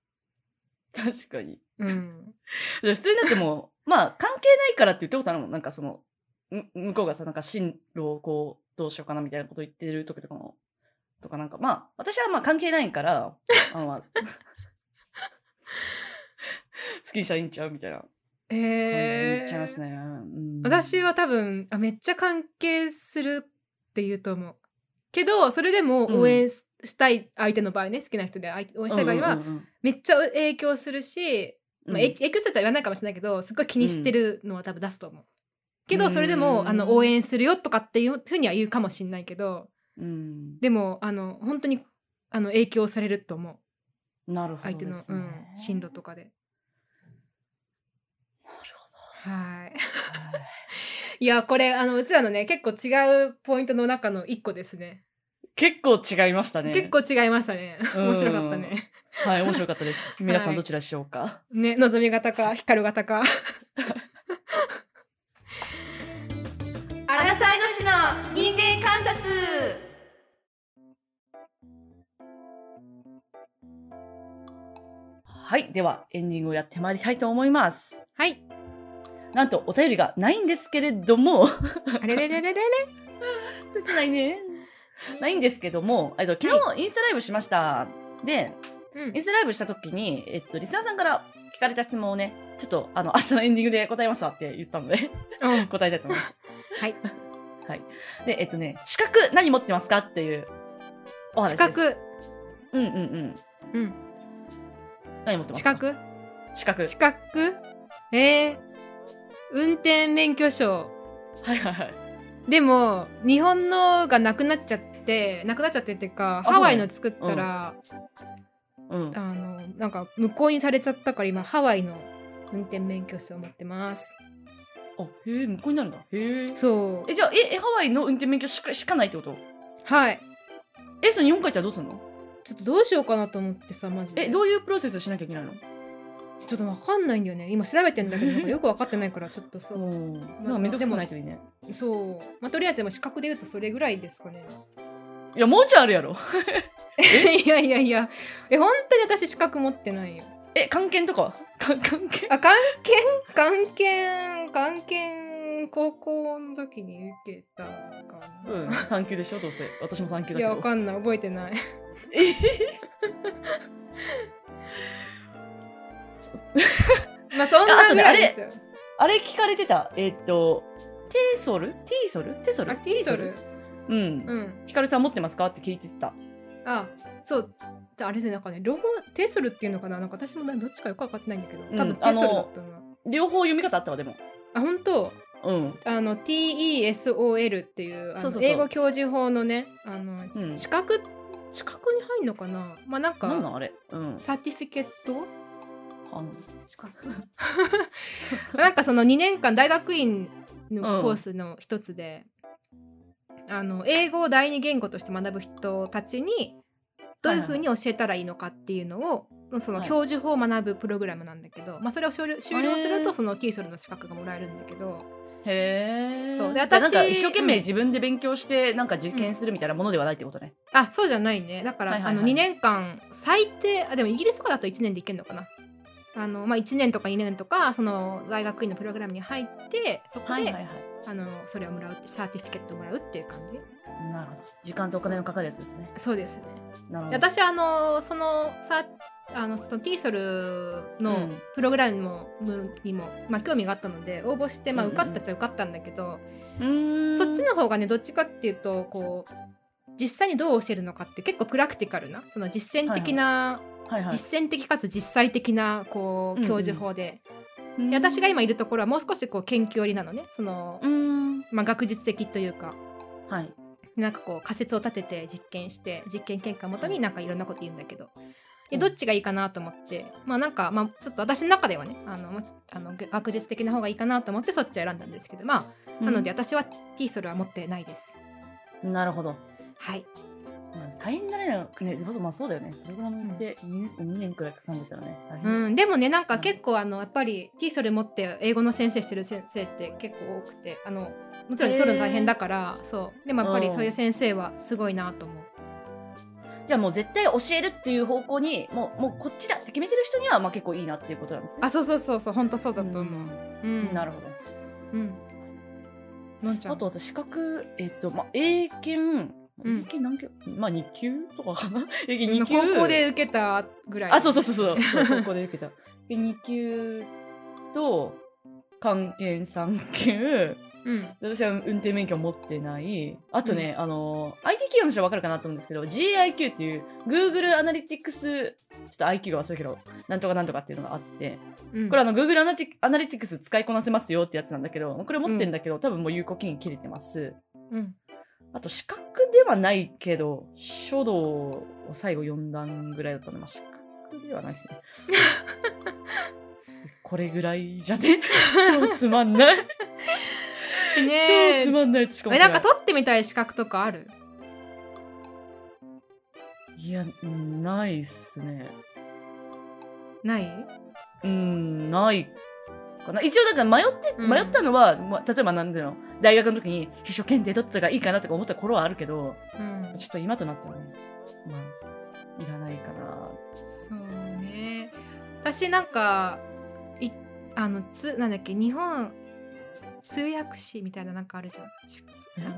[SPEAKER 1] 確かに。
[SPEAKER 2] うん
[SPEAKER 1] 普通になってもう、まあ、関係ないからって言ったことあるもん。なんかその、む向こうがさ、なんか進路をこう、どうしようかなみたいなこと言ってる時とかも、とかなんか、まあ、私はまあ関係ない から、あのまあ好きにしたらいいんちゃうみたいな感
[SPEAKER 2] え
[SPEAKER 1] じで言っちゃい
[SPEAKER 2] ー
[SPEAKER 1] ますね。うん
[SPEAKER 2] 私は多分あめっちゃ関係するって言うと思うけどそれでも応援ししたい相手の場合ね好きな人で相手応援したい場合は、
[SPEAKER 1] うんうんうんうん
[SPEAKER 2] めっちゃ影響するし、まあ、
[SPEAKER 1] うん
[SPEAKER 2] え影響するとは言わないかもしれないけどすっごい気にしてるのは多分出すと思う、け
[SPEAKER 1] う
[SPEAKER 2] ど
[SPEAKER 1] ん
[SPEAKER 2] それでもあの応援するよとかっていうふうには言うかもしれないけど
[SPEAKER 1] うん
[SPEAKER 2] でもあの本当にあの影響されると思う
[SPEAKER 1] なるほど
[SPEAKER 2] 相手
[SPEAKER 1] で
[SPEAKER 2] の、
[SPEAKER 1] す
[SPEAKER 2] う
[SPEAKER 1] ね、
[SPEAKER 2] ん、進路とかで
[SPEAKER 1] なるほど
[SPEAKER 2] はい
[SPEAKER 1] はい
[SPEAKER 2] いやこれあのうちらのね結構違うポイントの中の一個ですね
[SPEAKER 1] 結構違いましたね。
[SPEAKER 2] 結構違いましたね。
[SPEAKER 1] うん
[SPEAKER 2] 面白かったね。
[SPEAKER 1] はい、面白かったです。皆さ
[SPEAKER 2] は
[SPEAKER 1] ん
[SPEAKER 2] い
[SPEAKER 1] どちらでしょうか、
[SPEAKER 2] ね、望み型か、光る型か。アラサイの市の人間観察。
[SPEAKER 1] はい。では、エンディングをやってまいりたいと思います。
[SPEAKER 2] はい、
[SPEAKER 1] なんと、お便りがないんですけれども、
[SPEAKER 2] あれれれれれれ。
[SPEAKER 1] 切ないね。ないんですけども、えっと、昨日インスタライブしました。で、
[SPEAKER 2] うん
[SPEAKER 1] インスタライブした時に、えっと、リスナーさんから聞かれた質問をね、ちょっと、あの、明日のエンディングで答えますわって言ったので、
[SPEAKER 2] うん、
[SPEAKER 1] 答えたいと思います。
[SPEAKER 2] はい。
[SPEAKER 1] はい。で、えっとね、資格何持ってますかっていうお話
[SPEAKER 2] 資
[SPEAKER 1] です。
[SPEAKER 2] 格。
[SPEAKER 1] うんうんうん。
[SPEAKER 2] うん、
[SPEAKER 1] 何持ってます
[SPEAKER 2] 資
[SPEAKER 1] か
[SPEAKER 2] 格。
[SPEAKER 1] 資格。
[SPEAKER 2] 資格。えー、運転免許証。
[SPEAKER 1] はいはいはい。
[SPEAKER 2] でも、日本のがなくなっちゃって、なくなっちゃってっていうか、
[SPEAKER 1] そう
[SPEAKER 2] ハワイの作ったら。
[SPEAKER 1] うん。
[SPEAKER 2] あのなんか無効にされちゃったから今ハワイの運転免許証を持ってます
[SPEAKER 1] あ、へえ、向こうになるんだ。へえ。
[SPEAKER 2] そう
[SPEAKER 1] え、じゃあ、え、えハワイの運転免許しかしかないってこと
[SPEAKER 2] はい
[SPEAKER 1] え、その日本帰ったらどうすんの
[SPEAKER 2] ちょっとどうしようかなと思ってさマジで
[SPEAKER 1] え、ど
[SPEAKER 2] う
[SPEAKER 1] ういうプロセスしなきゃいけないの
[SPEAKER 2] ちょっとわかんないんだよね今調べてん だけどなんかよくわかってないからちょっとそう
[SPEAKER 1] うん。なんかめんどくさくないといいね。
[SPEAKER 2] そうまあとりあえずでも資格で言うとそれぐらいですかね
[SPEAKER 1] いや、もうちょいあるやろ。
[SPEAKER 2] いやいやいやえ本当に私資格持ってないよ
[SPEAKER 1] え、関係とかか関係
[SPEAKER 2] あ関係関係関係高校の時に受けたかな、
[SPEAKER 1] うん、3級でしょ、どうせ。私も3級だ
[SPEAKER 2] い
[SPEAKER 1] け
[SPEAKER 2] や
[SPEAKER 1] ど。
[SPEAKER 2] わかんない覚えてない まあそん
[SPEAKER 1] ああ
[SPEAKER 2] な
[SPEAKER 1] と
[SPEAKER 2] ぐ
[SPEAKER 1] ね
[SPEAKER 2] らいですよ
[SPEAKER 1] あれ聞かれてた。えっと、テーソルティーソルテーソル
[SPEAKER 2] あティーソル
[SPEAKER 1] う。
[SPEAKER 2] うんん
[SPEAKER 1] ヒカルさん持ってますかって聞いてた。
[SPEAKER 2] あそうじゃああれですねなんかね両方テーソルっていうのかななんか私もなどっちかよく分かってないんだけど
[SPEAKER 1] ん
[SPEAKER 2] 多分テーソルだったな、
[SPEAKER 1] 両方読み方あったわ、でも。
[SPEAKER 2] あ本当
[SPEAKER 1] うん。
[SPEAKER 2] あの TESOL っていうあの
[SPEAKER 1] そうそうそう
[SPEAKER 2] 英語教授法のねあの、
[SPEAKER 1] ん
[SPEAKER 2] 資格資格に入るのかなまあなんか
[SPEAKER 1] なんなんあれうん。
[SPEAKER 2] サーティフィケット
[SPEAKER 1] あの
[SPEAKER 2] 資格 なんかその2年間大学院のコースの一つで、あの英語を第二言語として学ぶ人たちにどういうふうに教えたらいいのかっていうのを、その
[SPEAKER 1] はい
[SPEAKER 2] 標準法を学ぶプログラムなんだけど、まあ、それを終了終了する
[SPEAKER 1] へー
[SPEAKER 2] とその t ソルの資格がもらえるんだけど
[SPEAKER 1] へえ。
[SPEAKER 2] そうで
[SPEAKER 1] じゃあなんか
[SPEAKER 2] 私
[SPEAKER 1] 一生懸
[SPEAKER 2] う
[SPEAKER 1] 命
[SPEAKER 2] ん
[SPEAKER 1] 自分で勉強して、なんか受験するみたいなものではないってことね。
[SPEAKER 2] あそうじゃないねだから、
[SPEAKER 1] はいはいはい
[SPEAKER 2] あの2年間最低あでもイギリスとかだと1年でいけるのかなあの、まあ、1年とか2年とかその大学院のプログラムに入ってそこで、
[SPEAKER 1] い。
[SPEAKER 2] あのそれをもらうってサーティフィケットをもらうっていう感じ
[SPEAKER 1] なるほど。時間とお金のかかるやつですね。
[SPEAKER 2] そうですね
[SPEAKER 1] なるほ
[SPEAKER 2] で
[SPEAKER 1] ど。
[SPEAKER 2] 私あのそのさあのその t ソル
[SPEAKER 1] う
[SPEAKER 2] の
[SPEAKER 1] ん
[SPEAKER 2] プログラムも、にも、まあ、興味があったので応募して、まあ、
[SPEAKER 1] うんうん
[SPEAKER 2] 受かったっちゃ受かったんだけど、
[SPEAKER 1] うーん
[SPEAKER 2] そっちの方がねどっちかっていうとこう実際にどう教えるのかって結構プラクティカルなその実践的な、
[SPEAKER 1] はいはい、
[SPEAKER 2] 実践的かつ実際的なこ
[SPEAKER 1] うんう
[SPEAKER 2] う
[SPEAKER 1] ん
[SPEAKER 2] 教授法で,、
[SPEAKER 1] うん
[SPEAKER 2] で私が今いるところはもう少しこう研究寄りなのねその、
[SPEAKER 1] うーん
[SPEAKER 2] まあ、学術的というか
[SPEAKER 1] はい
[SPEAKER 2] なんかこう仮説を立てて実験して実験結果をもとになんかいろんなこと言うんだけどでどっちがいいかなと思ってまあなんか、まあ、ちょっと私の中ではねあのもうちょっとあのげ学術的な方がいいかなと思ってそっちを選んだんですけどまあなので私は T ソルは持ってないです。
[SPEAKER 1] うんなるほどね。
[SPEAKER 2] はい
[SPEAKER 1] まあ、大変だね。なんかねでもまあそうだよね。プログラムって2年,、二年くらいかかんでたらね、大変
[SPEAKER 2] う
[SPEAKER 1] です
[SPEAKER 2] ん、でもねなんか結構あのやっぱりティーソル持って英語の先生してる先生って結構多くてあのもちろん取るの大変だから、そうでもやっぱりそういう先生はすごいなと思う。
[SPEAKER 1] じゃあもう絶対教えるっていう方向に、もう、もうこっちだって決めてる人には、まあ結構いいなっていうことなんですね。
[SPEAKER 2] あそうそうそうそう本当そうだと思う。うん、
[SPEAKER 1] うんなるほど。
[SPEAKER 2] ど。うん。のんちゃん。
[SPEAKER 1] あと私資格、えっと、まあ、英検、
[SPEAKER 2] うん
[SPEAKER 1] 英検何級、まあ2級とかかな英検2級。
[SPEAKER 2] 高校で受けたぐらい。
[SPEAKER 1] あ、そうそうそうそう。そう高校で受けた。で2級と、関係3級。
[SPEAKER 2] うん。
[SPEAKER 1] 私は運転免許持ってない。あとね、あの、IT 企業の人はわかるかなと思うんですけど、GIQ っていう Google アナリティクス、ちょっと IQ が忘れたけど、なんとかなんとかっていうのがあって、
[SPEAKER 2] うん。
[SPEAKER 1] これあの Google アナティアナリティクス使いこなせますよってやつなんだけど、これ持ってんだけど、多分もう有効期限切れてます。
[SPEAKER 2] うん。
[SPEAKER 1] あと資格ではないけど、書道を最後4段ぐらいだったので、まあ、資格ではないです ね。これぐらいじゃね 超つまん ない。
[SPEAKER 2] ね
[SPEAKER 1] 超
[SPEAKER 2] え
[SPEAKER 1] つ。まんない。しかも
[SPEAKER 2] え
[SPEAKER 1] これ
[SPEAKER 2] なんか取ってみたい資格とかある？
[SPEAKER 1] いや、うんないっすね。
[SPEAKER 2] ない？
[SPEAKER 1] うん、ないかな。一応、だから迷って、
[SPEAKER 2] うん
[SPEAKER 1] 迷ったのは、まあ例えばなんだろう、大学の時に秘書検定取ってたからいいかなとか思った頃はあるけど、
[SPEAKER 2] うん。
[SPEAKER 1] ちょっと今となってはね、まあ、いらないかな。
[SPEAKER 2] そうね。私なんかいあのつなんだっけ日本通訳士みたいななんかあるじゃん。しなん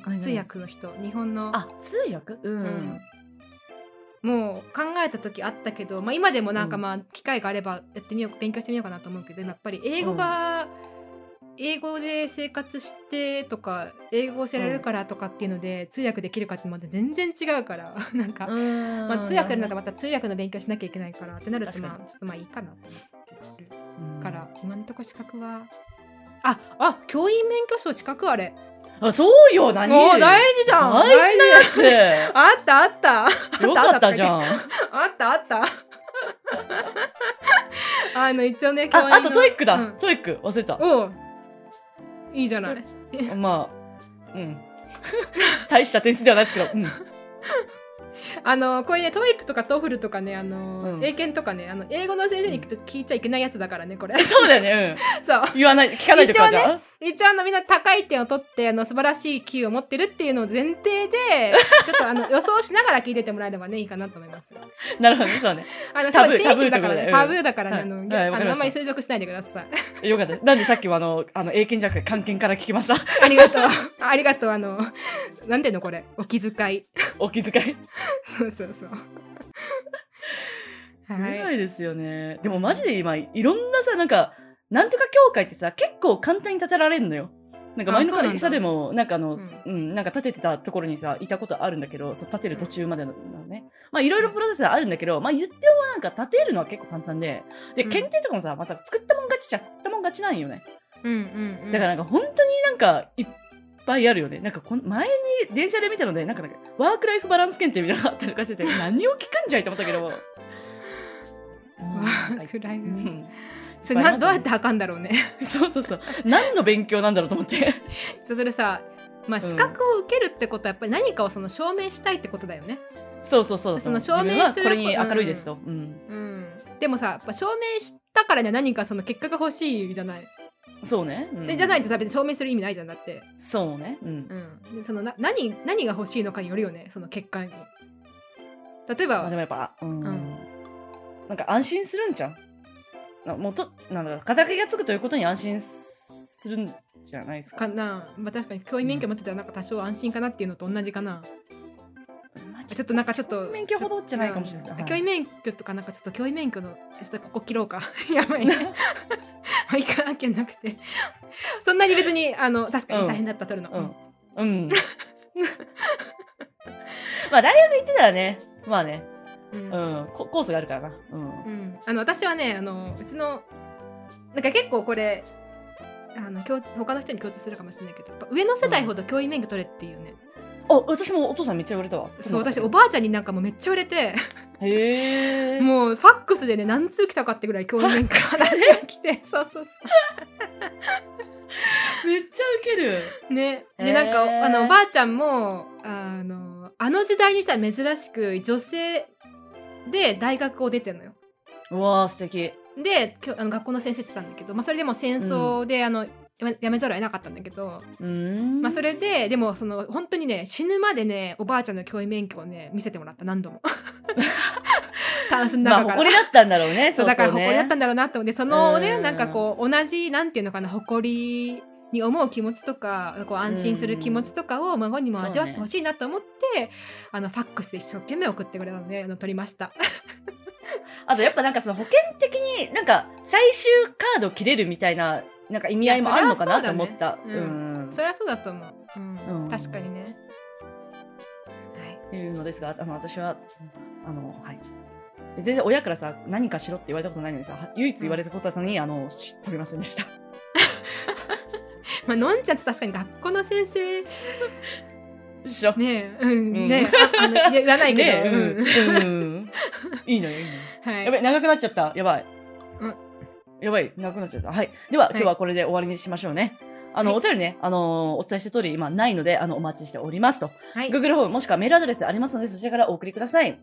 [SPEAKER 2] か
[SPEAKER 1] 何何
[SPEAKER 2] 通訳の人日本の
[SPEAKER 1] あ、通訳うん。
[SPEAKER 2] うんもう考えた時あったけど、まあ、今でもなんか
[SPEAKER 1] うん
[SPEAKER 2] まあ機会があればやってみよう勉強してみようかなと思うけどやっぱり英語が、英語で生活してとか英語を教えられるからとかっていうので、通訳できるかってまた全然違うから なんか、
[SPEAKER 1] うん
[SPEAKER 2] まあ、通訳になったらまた通訳の勉強しなきゃいけないからってなると
[SPEAKER 1] 確かに
[SPEAKER 2] まあちょっとまあいいかなと思ってる
[SPEAKER 1] うん
[SPEAKER 2] から、今のとこ資格はああ教員免許証資格あれ
[SPEAKER 1] あそうよ何
[SPEAKER 2] おー大事じゃん
[SPEAKER 1] 大事なや
[SPEAKER 2] あったあった
[SPEAKER 1] つよかったじゃん
[SPEAKER 2] あったあった。 あの一応ね、
[SPEAKER 1] ああとトイックだ、
[SPEAKER 2] うん
[SPEAKER 1] トイック忘れてた
[SPEAKER 2] おういいじゃない。
[SPEAKER 1] まあうん大した点数ではないですけど、うん、
[SPEAKER 2] あのこれね、トイックとかトフルとかね、あの、
[SPEAKER 1] うん
[SPEAKER 2] 英検とかね、あの英語の先生に聞くと聞いちゃいけないやつだからね、これ。
[SPEAKER 1] そうだよね、
[SPEAKER 2] そう。
[SPEAKER 1] うん、言わない聞かないとか、
[SPEAKER 2] 一
[SPEAKER 1] じ
[SPEAKER 2] 応
[SPEAKER 1] ゃ
[SPEAKER 2] ね
[SPEAKER 1] あ
[SPEAKER 2] 一応あのみんな高い点を取ってあの素晴らしい級を持ってるっていうのを前 提で、ちょっとあの予想しながら聞いてってもらえればねいいかなと思います。
[SPEAKER 1] なるほどねそうね
[SPEAKER 2] あの
[SPEAKER 1] タブー
[SPEAKER 2] すごいセンシティブだからね、タ
[SPEAKER 1] タ
[SPEAKER 2] ブ
[SPEAKER 1] ブ
[SPEAKER 2] ーだからね、
[SPEAKER 1] はい
[SPEAKER 2] あの、
[SPEAKER 1] はいわかりまし
[SPEAKER 2] あ
[SPEAKER 1] た
[SPEAKER 2] のあんまり推測しないでください。
[SPEAKER 1] よかったなんでさっきもあのあの英検じゃなくて漢検から聞きました
[SPEAKER 2] あ りがとう、ありがとうあのなんていうのこれ、お気遣い。
[SPEAKER 1] お気遣い
[SPEAKER 2] そうそう そう。
[SPEAKER 1] ぐ
[SPEAKER 2] は
[SPEAKER 1] ら
[SPEAKER 2] い。
[SPEAKER 1] いですよねでもマジで今いろんなさなんかなんとか協会ってさ結構簡単に立てられるのよなんか前の
[SPEAKER 2] あそうなんだ
[SPEAKER 1] 会社でもなんかあの
[SPEAKER 2] う
[SPEAKER 1] うん、なんか立ててたところにさいたことあるんだけどそう立てる途中までのねまあいろいろプロセスはあるんだけどまあ言ってもなんか立てるのは結構簡単でで
[SPEAKER 2] うん
[SPEAKER 1] 検定とかもさまた作ったもん勝ちじゃ作ったもん勝ちなんよね
[SPEAKER 2] うんうん、うん。
[SPEAKER 1] だからなんか本当になんかいっぱいあるよね。なんかこの前に電車で見たので、なんかなんかワークライフバランス検定みたいなのがあったりとかして て、何を聞くんじゃいと思ったけども。
[SPEAKER 2] ワークライフ
[SPEAKER 1] うん
[SPEAKER 2] それない
[SPEAKER 1] っ
[SPEAKER 2] ど
[SPEAKER 1] ぱ
[SPEAKER 2] う
[SPEAKER 1] いありますね
[SPEAKER 2] やって測んだろうね。
[SPEAKER 1] そうそうそう。何の勉強なんだろうと思って。
[SPEAKER 2] そうそれさ、ま
[SPEAKER 1] うん
[SPEAKER 2] あ資格を受けるってことはやっぱり何かをその証明したいってことだよね。
[SPEAKER 1] そうそうそう。
[SPEAKER 2] その
[SPEAKER 1] 自分はこれに明るいですと。うん。
[SPEAKER 2] うん。でもさ、やっぱ証明したからには何かその結果が欲しいじゃない。
[SPEAKER 1] そうね。うん
[SPEAKER 2] でじゃないとさ別に証明する意味ないじゃんだって。
[SPEAKER 1] そうね。うん
[SPEAKER 2] う。ん。でそのな何何が欲しいのかによるよねその結果に。例え
[SPEAKER 1] まあ
[SPEAKER 2] ば
[SPEAKER 1] でもやっぱ、うん。
[SPEAKER 2] うん
[SPEAKER 1] なんか安心するんじゃん。なもうと、なんだろう、肩書きがつくということに安心するんじゃないですか。
[SPEAKER 2] かな、まあ、確かに教員免許持ってたらなんか多少安心かなっていうのと同じかな。
[SPEAKER 1] まあ
[SPEAKER 2] ちょっとなんかちょっと
[SPEAKER 1] 免許ほどじゃないかもしれないです
[SPEAKER 2] 教員免許とかなんかちょっと教員免許のちょっとここ切ろうか やば いね行かなきゃなくてそんなに別にあの確かに大変だった取るの、
[SPEAKER 1] うん。 うん。まあ、大学行ってたらね、まあね、
[SPEAKER 2] うん
[SPEAKER 1] うん、ココースがあるからな。うん。
[SPEAKER 2] うんあの私はねあのうちのなんか結構これあの共他の人に共通するかもしれないけどやっぱ上の世代ほど教員免許取れっていうね、
[SPEAKER 1] あ、私もお父さんめっちゃ言われたわ。
[SPEAKER 2] そう私お
[SPEAKER 1] ば。
[SPEAKER 2] ばあちゃんになんかもうめっちゃ売れて
[SPEAKER 1] へえ。
[SPEAKER 2] もうファックスでね何 通来たかってぐらい教員免許の話が来てそうそうそう
[SPEAKER 1] めっちゃウケる。
[SPEAKER 2] ね、
[SPEAKER 1] へ
[SPEAKER 2] で
[SPEAKER 1] ー
[SPEAKER 2] なんかあのおばあちゃんもあのあの時代にしたら珍しく女性で大学を出てんのよ。
[SPEAKER 1] うわあ素敵。
[SPEAKER 2] できょあの学校の先生してたんだけど、まあ、それでも戦争で、あのやめやめざるを得なかったんだけど、
[SPEAKER 1] うーん。
[SPEAKER 2] まあ、それででもその本当にね死ぬまでねおばあちゃんの教員免許をね見せてもらった何度も。 タンスの
[SPEAKER 1] まあ
[SPEAKER 2] 中から。
[SPEAKER 1] 誇りだったんだろうね。
[SPEAKER 2] そう
[SPEAKER 1] 相
[SPEAKER 2] だ
[SPEAKER 1] 当
[SPEAKER 2] か
[SPEAKER 1] ね
[SPEAKER 2] ら誇りだったんだろうなと思ってそのね
[SPEAKER 1] うん
[SPEAKER 2] なんかこう同じなんていうのかな誇りに思う気持ちとかこう安心する気持ちとかを孫にも味わってほしいなと思って、あのファックスで一生懸命送ってくれたのであの取りました。
[SPEAKER 1] あとやっぱなんかその保険的になんか最終カード切れるみたいななんか意味合いもあるのか
[SPEAKER 2] い
[SPEAKER 1] なと
[SPEAKER 2] やそり
[SPEAKER 1] 思
[SPEAKER 2] ゃ
[SPEAKER 1] っ
[SPEAKER 2] そう
[SPEAKER 1] た
[SPEAKER 2] だね。
[SPEAKER 1] う
[SPEAKER 2] うん
[SPEAKER 1] ん。
[SPEAKER 2] それはそうだと思う。うん
[SPEAKER 1] うん
[SPEAKER 2] 確かにね。はい
[SPEAKER 1] っていうのですが、あの私はあのはい。全然親からさ何かしろって言われたことないのにさ唯一言われたことだったのに、あのし取りませんでした。
[SPEAKER 2] まあのんちゃんって確かに学校の先生ね
[SPEAKER 1] でしょ。
[SPEAKER 2] えうん
[SPEAKER 1] うん
[SPEAKER 2] ねえ ああのいや言わないけど、
[SPEAKER 1] ね
[SPEAKER 2] うん
[SPEAKER 1] うんうんいいのよいいのよ。
[SPEAKER 2] はい
[SPEAKER 1] やばい長くなっちゃったやばい、
[SPEAKER 2] うん
[SPEAKER 1] やばい長くなっちゃったはいでは
[SPEAKER 2] はい
[SPEAKER 1] 今日はこれで終わりにしましょうね、あの、
[SPEAKER 2] はい
[SPEAKER 1] お便りね、あのーお伝えした通り、今ないので、あの、お待ちしておりますと。
[SPEAKER 2] はい、
[SPEAKER 1] Google ホームもしくはメールアドレスありますので、そちらからお送りください。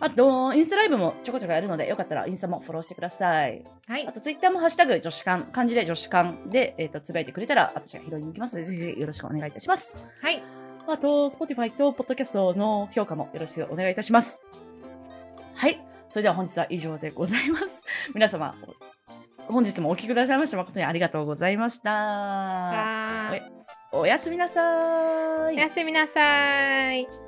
[SPEAKER 1] あと、インスタライブもちょこちょこやるので、よかったらインスタもフォローしてください。
[SPEAKER 2] はい
[SPEAKER 1] あと、ツイッターもハッシュタグ、女子館、漢字で女子館で、えっ、と、つぶやいてくれたら、私が拾いに行きますので、ぜひよろしくお願いいたします。
[SPEAKER 2] はい
[SPEAKER 1] あと、Spotify と Podcast の評価もよろしくお願いいたします。はい。それでは本日は以上でございます。 皆様、本日もお聞きくださいまして誠にありがとうございました。
[SPEAKER 2] さあ
[SPEAKER 1] おやすみなさー
[SPEAKER 2] お
[SPEAKER 1] い。
[SPEAKER 2] やすみなさい。